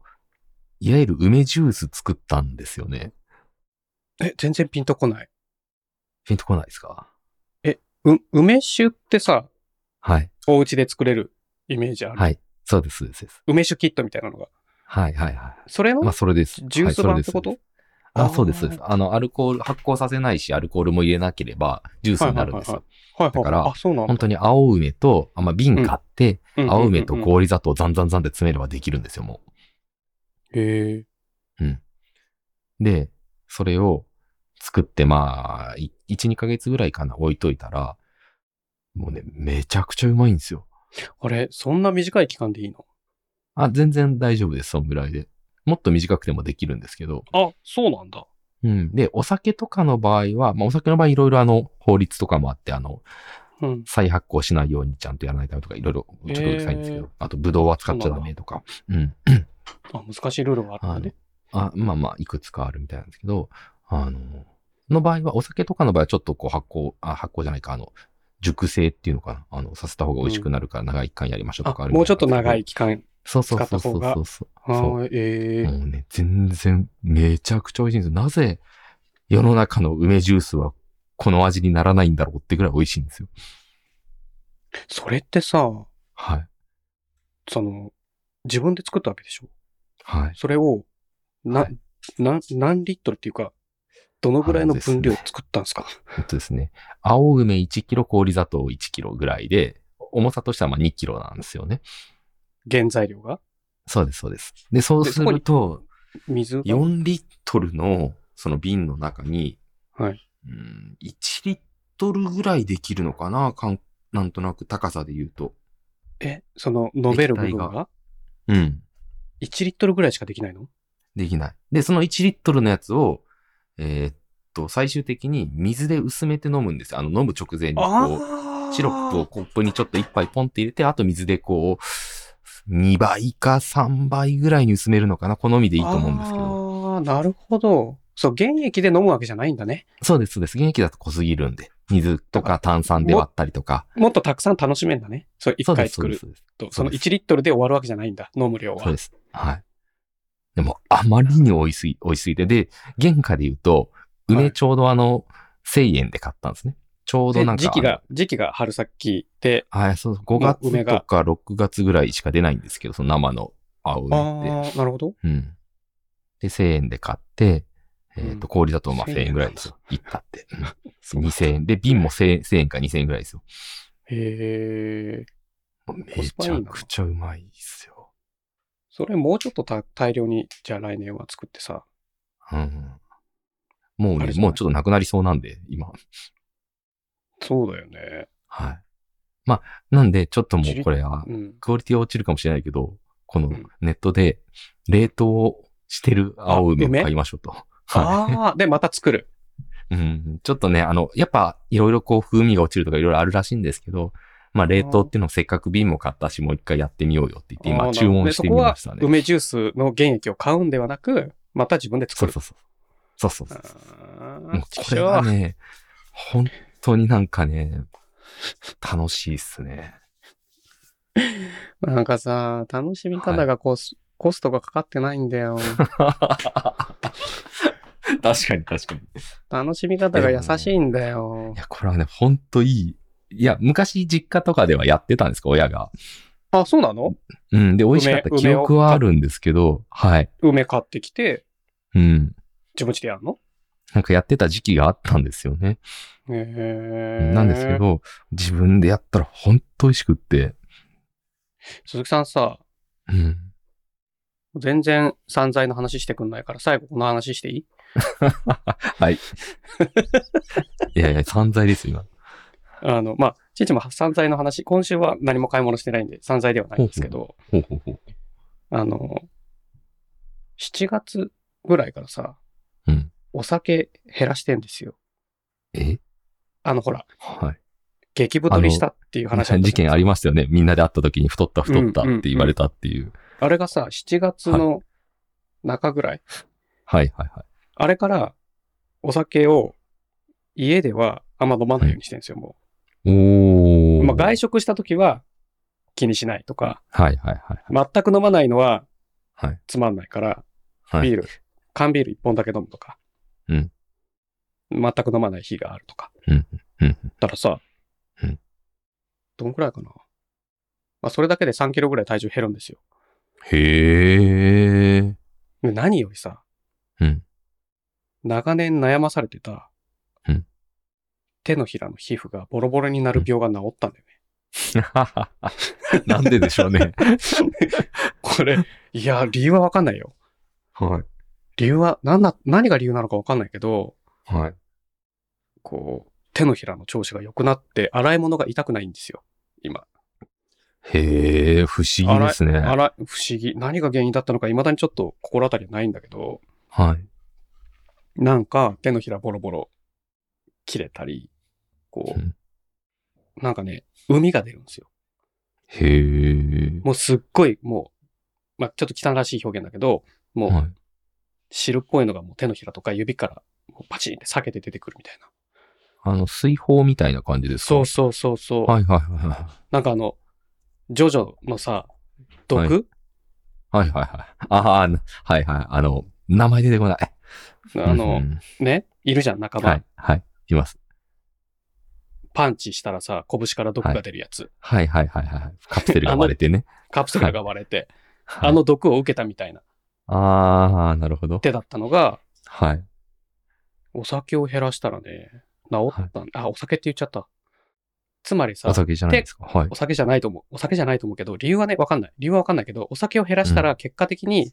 いわゆる梅ジュース作ったんですよね。
え、全然ピンとこない。
ピンとこないですか
う、梅酒ってさ、
はい。
お家で作れるイメージある。
はい。そうです、そうですそうです。
梅酒キットみたいなのが。
はい、はい、はい。
それの
まあ、それです。
ジュース版ってこと、
はいそれです
あー
そうですあ、そうです、そうです。あの、アルコール、発酵させないし、アルコールも入れなければ、ジュースになるんですよ。
はいはい
だから
あ、そうなの
本当に青梅と、あまあ、瓶買って、青梅と
う。
氷砂糖をザンザンザンで詰めればできるんですよ、も
へえ。
う。で、それを作って、まあ、1、2ヶ月ぐらいかな、置いといたら、もうね、めちゃくちゃうまいんですよ。
あれ、そんな短い期間でいいの
あ、全然大丈夫です、そんぐらいで。もっと短くてもできるんですけど。
あ、そうなんだ。
うん。で、お酒とかの場合は、まあ、お酒の場合いろいろあの、法律とかもあって、あの、
うん。
再発行しないようにちゃんとやらないためとか、いろいろ、ちょっとうるさいんですけど、
へー
あと、ブドウは使っちゃダメとか、うん。
あ、難しいルールがあるんだね。
あまあまあ、いくつかあるみたいなんですけど、あの、の場合は、お酒とかの場合はちょっとこう発酵、あ、発酵じゃないか、あの、熟成っていうのかな、あの、させた方が美味しくなるから長い期間やりましょうとかあ
あ、
るみた
も
いな
うちょっと長い。期間。
そうそうそう
使
そ
った方
う
が
そうそう。
あ
そう
ーええ。
もうね、全然、めちゃくちゃ美味しいんですよ。なぜ、世の中の梅ジュースは、この味にならないんだろうってぐらい美味しいんですよ。
それってさ、
はい。
その、自分で作ったわけでしょ
はい。
それを、な
は、
な、何リットルっていうか、どのぐらいの分量作ったんですか
えっとですね、青梅1キロ、氷砂糖1キロぐらいで、重さとしてはまあ2キロなんですよね。
原材料が
そうです、そうです。で、そう
です
ると、
水が
4リットルの、その瓶の中に、
はい。
うん、1リットルぐらいできるのかなかんなんとなく高さで言うと。
え、その、飲める部分
液体
が
うん。
1リットルぐらいしかできないの
できない。で、その1リットルのやつを、えーっと、最終的に水で薄めて飲むんですよ。あの、飲む直前にこ
あ
う、
あ
シロップをコップにちょっと1杯ポンって入れて、あと水でこう、2倍か3倍ぐらいに薄めるのかな好みでいいと思うんですけど。
ああ、なるほど。そう、原液で飲むわけじゃないんだね。
そうです、そうです。原液だと濃すぎるんで。水とか炭酸で割ったりとか。
もっとたくさん楽しめんだね。そう、
そ
1
うで
回
す、そ
作
うで
る
す。そうです
と。その1リットルで終わるわけじゃないんだ。飲む量
そう
は
で。す。はい。でも、あまりに美味しすぎ、美味しすぎて。で、原価で言うと、
はい
梅ちょうどあの、1000円で買ったんですね。ちょうど
で
なんか。
時期が、時期が春先で、
はい、そう、5月
梅が
とか6月ぐらいしか出ないんですけど、その生の青梅っ
ああ、なるほど。
て。うん。で、1000円で買って、えっ、と、氷だとまあ
1000
1000円ぐらいですよ。いっ
<laughs>
たって。うん2000円。で、瓶も 1000, 1000円か2000円ぐらいですよ。
へえ。
めちゃくちゃうまいですよ。
それもうちょっとた大量に、じゃあ来年は作ってさ。
うん。もう
あ
ね
れ、じゃない
もうちょっとなくなりそうなんで、今。
そうだよね。
はい。まあ、なんで、ちょっとも
ち
う
り
これは、
うん。
クオリティは落ちるかもしれないけど、この
うん
ネットで、冷凍してる青梅を
あ梅
買いましょうと。は
ああ、で、また作る。
い。うん。ちょっとね、あの、やっぱ、いろいろこう、風味が落ちるとかいろいろあるらしいんですけど、まあ、冷凍っていうのをせっかく瓶も買ったし、もう一回やってみようよって言って、
あ
今、
ー
注文してみました
でそこは
ね。
梅ジュースの原液を買うんではなく、また自分で
そ
作
う
る。
そうそう。そうそうそう。
あ
もう
ー
これはね、本当になんかね、楽しいっ
<laughs>
すね。
なんかさ、楽しみ方がこう、すコストがかかってないんだ
<laughs>
よ。
確かに確かに。い
楽しみ方が優しいんだよ。
や、これはね、ほんといい。いや、昔実家とかではやってたんですか、親が。
あ、そうなの
うん。で、美味しかった
梅
記憶はあるんですけど、はい。
梅買ってきて、
うん。
自分家でやるの
なんかやってた時期があったんですよね。
へー
なんですけ。ど、自分でやったらほんと美味しくって。
鈴木さんさ、
うん。
全然散財の話してくんないから、最後この話していい
はい。いやいや、散財ですよ、
あの、まあ、父も散財の話、今週は何も買い物してないんで、散財ではないんですけど、
今。ほうほうほ
あの、7月ぐらいからさ、
うん
お酒減らしてんですよ。
え
あの、ほら、
はい。
激太りしたっていう話あったじゃないですか
事件ありましたよね。みんなで会った時に太った太ったって言われたっていう。
あれがさ、7月の中ぐらい、
はいはいはい。
あれからお酒を家ではあんま飲まないようにしてるんですよ、も
お
う。
ー。
まあ、外食した時は気にしないとか、
はいはいはい。
全く飲まないのは
はい
つまんないから、
はい。
ビール、缶ビール1本だけ飲むとか、
うん
全く飲まない日があるとか。
うんうんうん
たらさ、
うん
どんくらいかな。まあ、それだけで3キロぐらい体重減るんですよ。
へー。 <laughs>
で何よりさ、
うん
長年悩まされてた、
うん
手のひらの皮膚がボロボロになる病が治ったんだよね。
なんででしょうね。
これ、いや、理由はわかんないよ。
は
理由は、なんだ、何が理由なのかわかんないけど、
い。はい。
こう、手のひらの調子が良くなって、洗い物が痛くないんですよ。今。
へー、不思議ですね。
洗い、不思議。何が原因だったのか、未だにちょっと心当たりはないんだけど、
はい。
なんか手のひらボロボロ切れたり、こ
うん
う、なんかね、海が出るんですよ。
へー。
もうすっごい、もう、まあ、ちょっと汚らしい表現だけど、もう
はい。
汁っぽいのがもう手のひらとか指からもうパチンって裂けて出てくるみたいな。
あの、水泡みたいな感じですか
そうそうそうそう。
はいはいはいはい。
なんかあの、ジョジョのさ、毒、
はいはいはい。ああ、なはいはい。あの、名前出てこない。
あ
う
の、
ん
ね、いるじゃん、仲間、
はい、はい。います。
パンチしたらさ、拳から毒が出るやつ。
はいはいはいはい。カプセルが割れてね。
カプセルが割れて、
<laughs> はい
あ、の毒を受けたみたいな
ああ、なるほど。
手だったのが、
はい。
お酒を減らしたらね、治ったん、あ、お酒って言っちゃった。つまりさ、
お酒じゃないですか。はい
お。酒じゃないと思う。お酒じゃないと思うけど、理由はね、わかんない。理由はわかんないけど、お酒を減らしたら結果的に、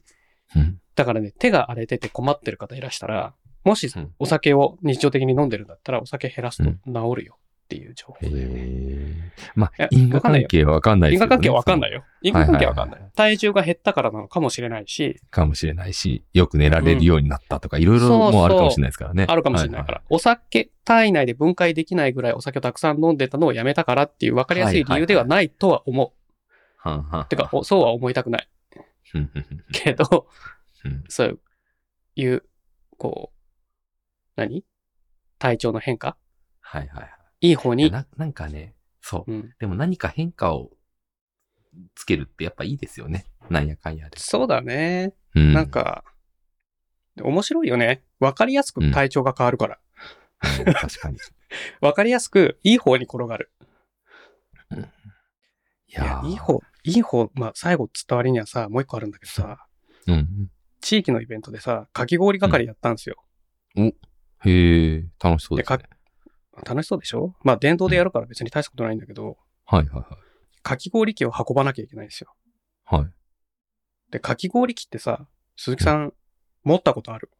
うん。
だからね、手が荒れてて困ってる方いらしたら、もし
うん
お酒を日常的に飲んでるんだったら、お酒減らすと
うん
治るよっていう情報。
へえ。ま
いや
あ、因果関係はわかんないで
因
すけ
果
どね。
関係はわかんないいよ。因果関係はわかん
は
ない。
はいはい
体重が減ったからなのかもしれないし、
かもしれないし、よく寝られるようになったとか、いろいろもうあるかもしれないですからね。
<laughs> あるかもしれないから、お酒、体内で分解できないぐらいお酒をたくさん飲んでたのをやめたからっていう分かりやすい理由ではないとは思う。
はいはいはい。はんはんはん
てか、、おそうは思いたくない。
うんうんうん
けど、
うん
<laughs> そういう、こう、何体調の変化
はいはいはい
い方
いや。
に、
ななんかね、そう。
うん、
でも何か変化をつけるってやっぱいいですよね。なんやかんやで。
そうだね。
うん
なん、か、面白いよね。わかりやすく体調が変わるから。
うん
<laughs>
確かに。
わかりやすく、いい方に転がる。
い
いや、
ー
いい。方、いい方、まあ、最後伝わりにはさ、もう一個あるんだけどさ、
うん。
地域のイベントでさ、かき氷係やったんですよ。
へえ、楽しそうです、ね。
で楽しそうでしょまあ、電動でやるから別に大したことないんだけど、
はいはい
かき氷機を運ばなきゃいけないんですよ。
はい。はい。
で、かき氷機ってさ、鈴木さん、持ったことある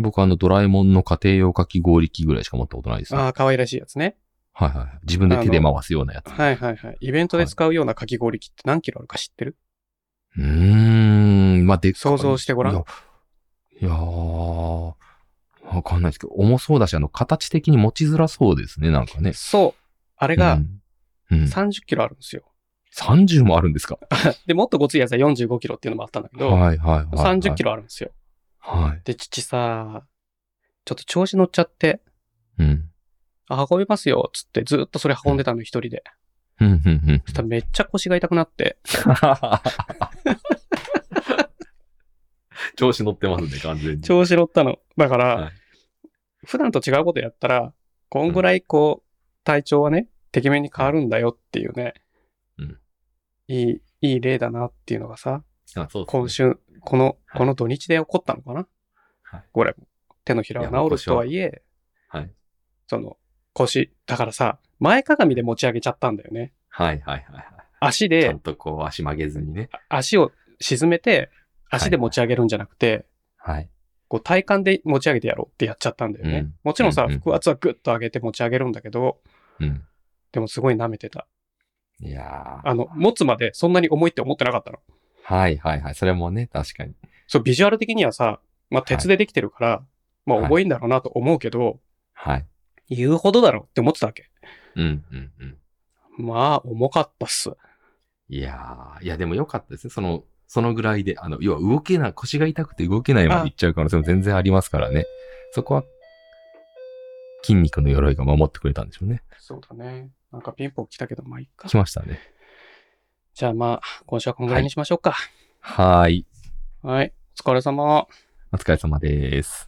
僕あの、ドラえもんの家庭用かき氷機ぐらいしか持ったことないです、ね。
ああ、可愛らしいやつね。
はいはいはい。自分で手で回すようなやつ。
はいはいはい。イベントで使うようなかき氷機って何キロあるか知ってる、
うーん、まあ、でっかい
想像してごらん
いや、いやーわかんないですけど、重そうだし、あの、形的に持ちづらそうですね、なんかね。
そう。あれ
れ
が
うん。
30キロあるんですよ。
30もあるんですか
で、もっとごついやつは45キロっていうのもあったんだけど、
はいはいはい、はい。
30キロあるんですよ。
はい。
で、父さ、ちょっと調子乗っちゃって、
うん。
あ運びますよ、つってずっとそれ運んでたの一人で。
うん、うん、うん。
そしたらめっちゃ腰が痛くなって、
調子乗ってますね、完全に。
調子乗ったの。だから、
はい
普段と違うことやったら、こんぐらいこう、体調はね、てきめんに変わるんだよっていうね、
うん
いい、いい例だなっていうのがさ、
あそうですね
今週、この、
はい
この土日で起こったのかな、
はい
これ、手のひらは治るとはいえ、
はい。
その、腰、だからさ、前かがみで持ち上げちゃったんだよね。
はいはいはいはい。
足
ちゃ
で
ん、とこう足曲げずにね。
足を沈めて、足で持ち上げるんじゃなくて、
はい。
こう体幹で持ち上げてやろうってやっちゃったんだよね。
うん
もちろんさ、
うんうん
腹圧はグッと上げて持ち上げるんだけど、
うん。
でもすごい舐めてた。
いやー
あの、持つまでそんなに重いって思ってなかったの。
はいはいはい。それもね、確かに。
そう、ビジュアル的にはさ、まあ、鉄でできてるから、まあ
はい
重いんだろうなと思うけど、
はい。
言うほどだろうって思ってたわけ。
うん、うん、うん。
まあ重かったっす。
いやー、いやでも良かったですね。その、そのぐらいで、あの、要は動けない、腰が痛くて動けないまでいっちゃう可能性も全然ありますからね。そこは、筋肉の鎧が守ってくれたんでしょうね。
そうだね。なんかピンポン来たけど、まあいっか
来。ましたね。
じゃあまあ、今週はこんぐらいにしましょうか。
はーい。
はい、お疲れ様。
お疲れ様です。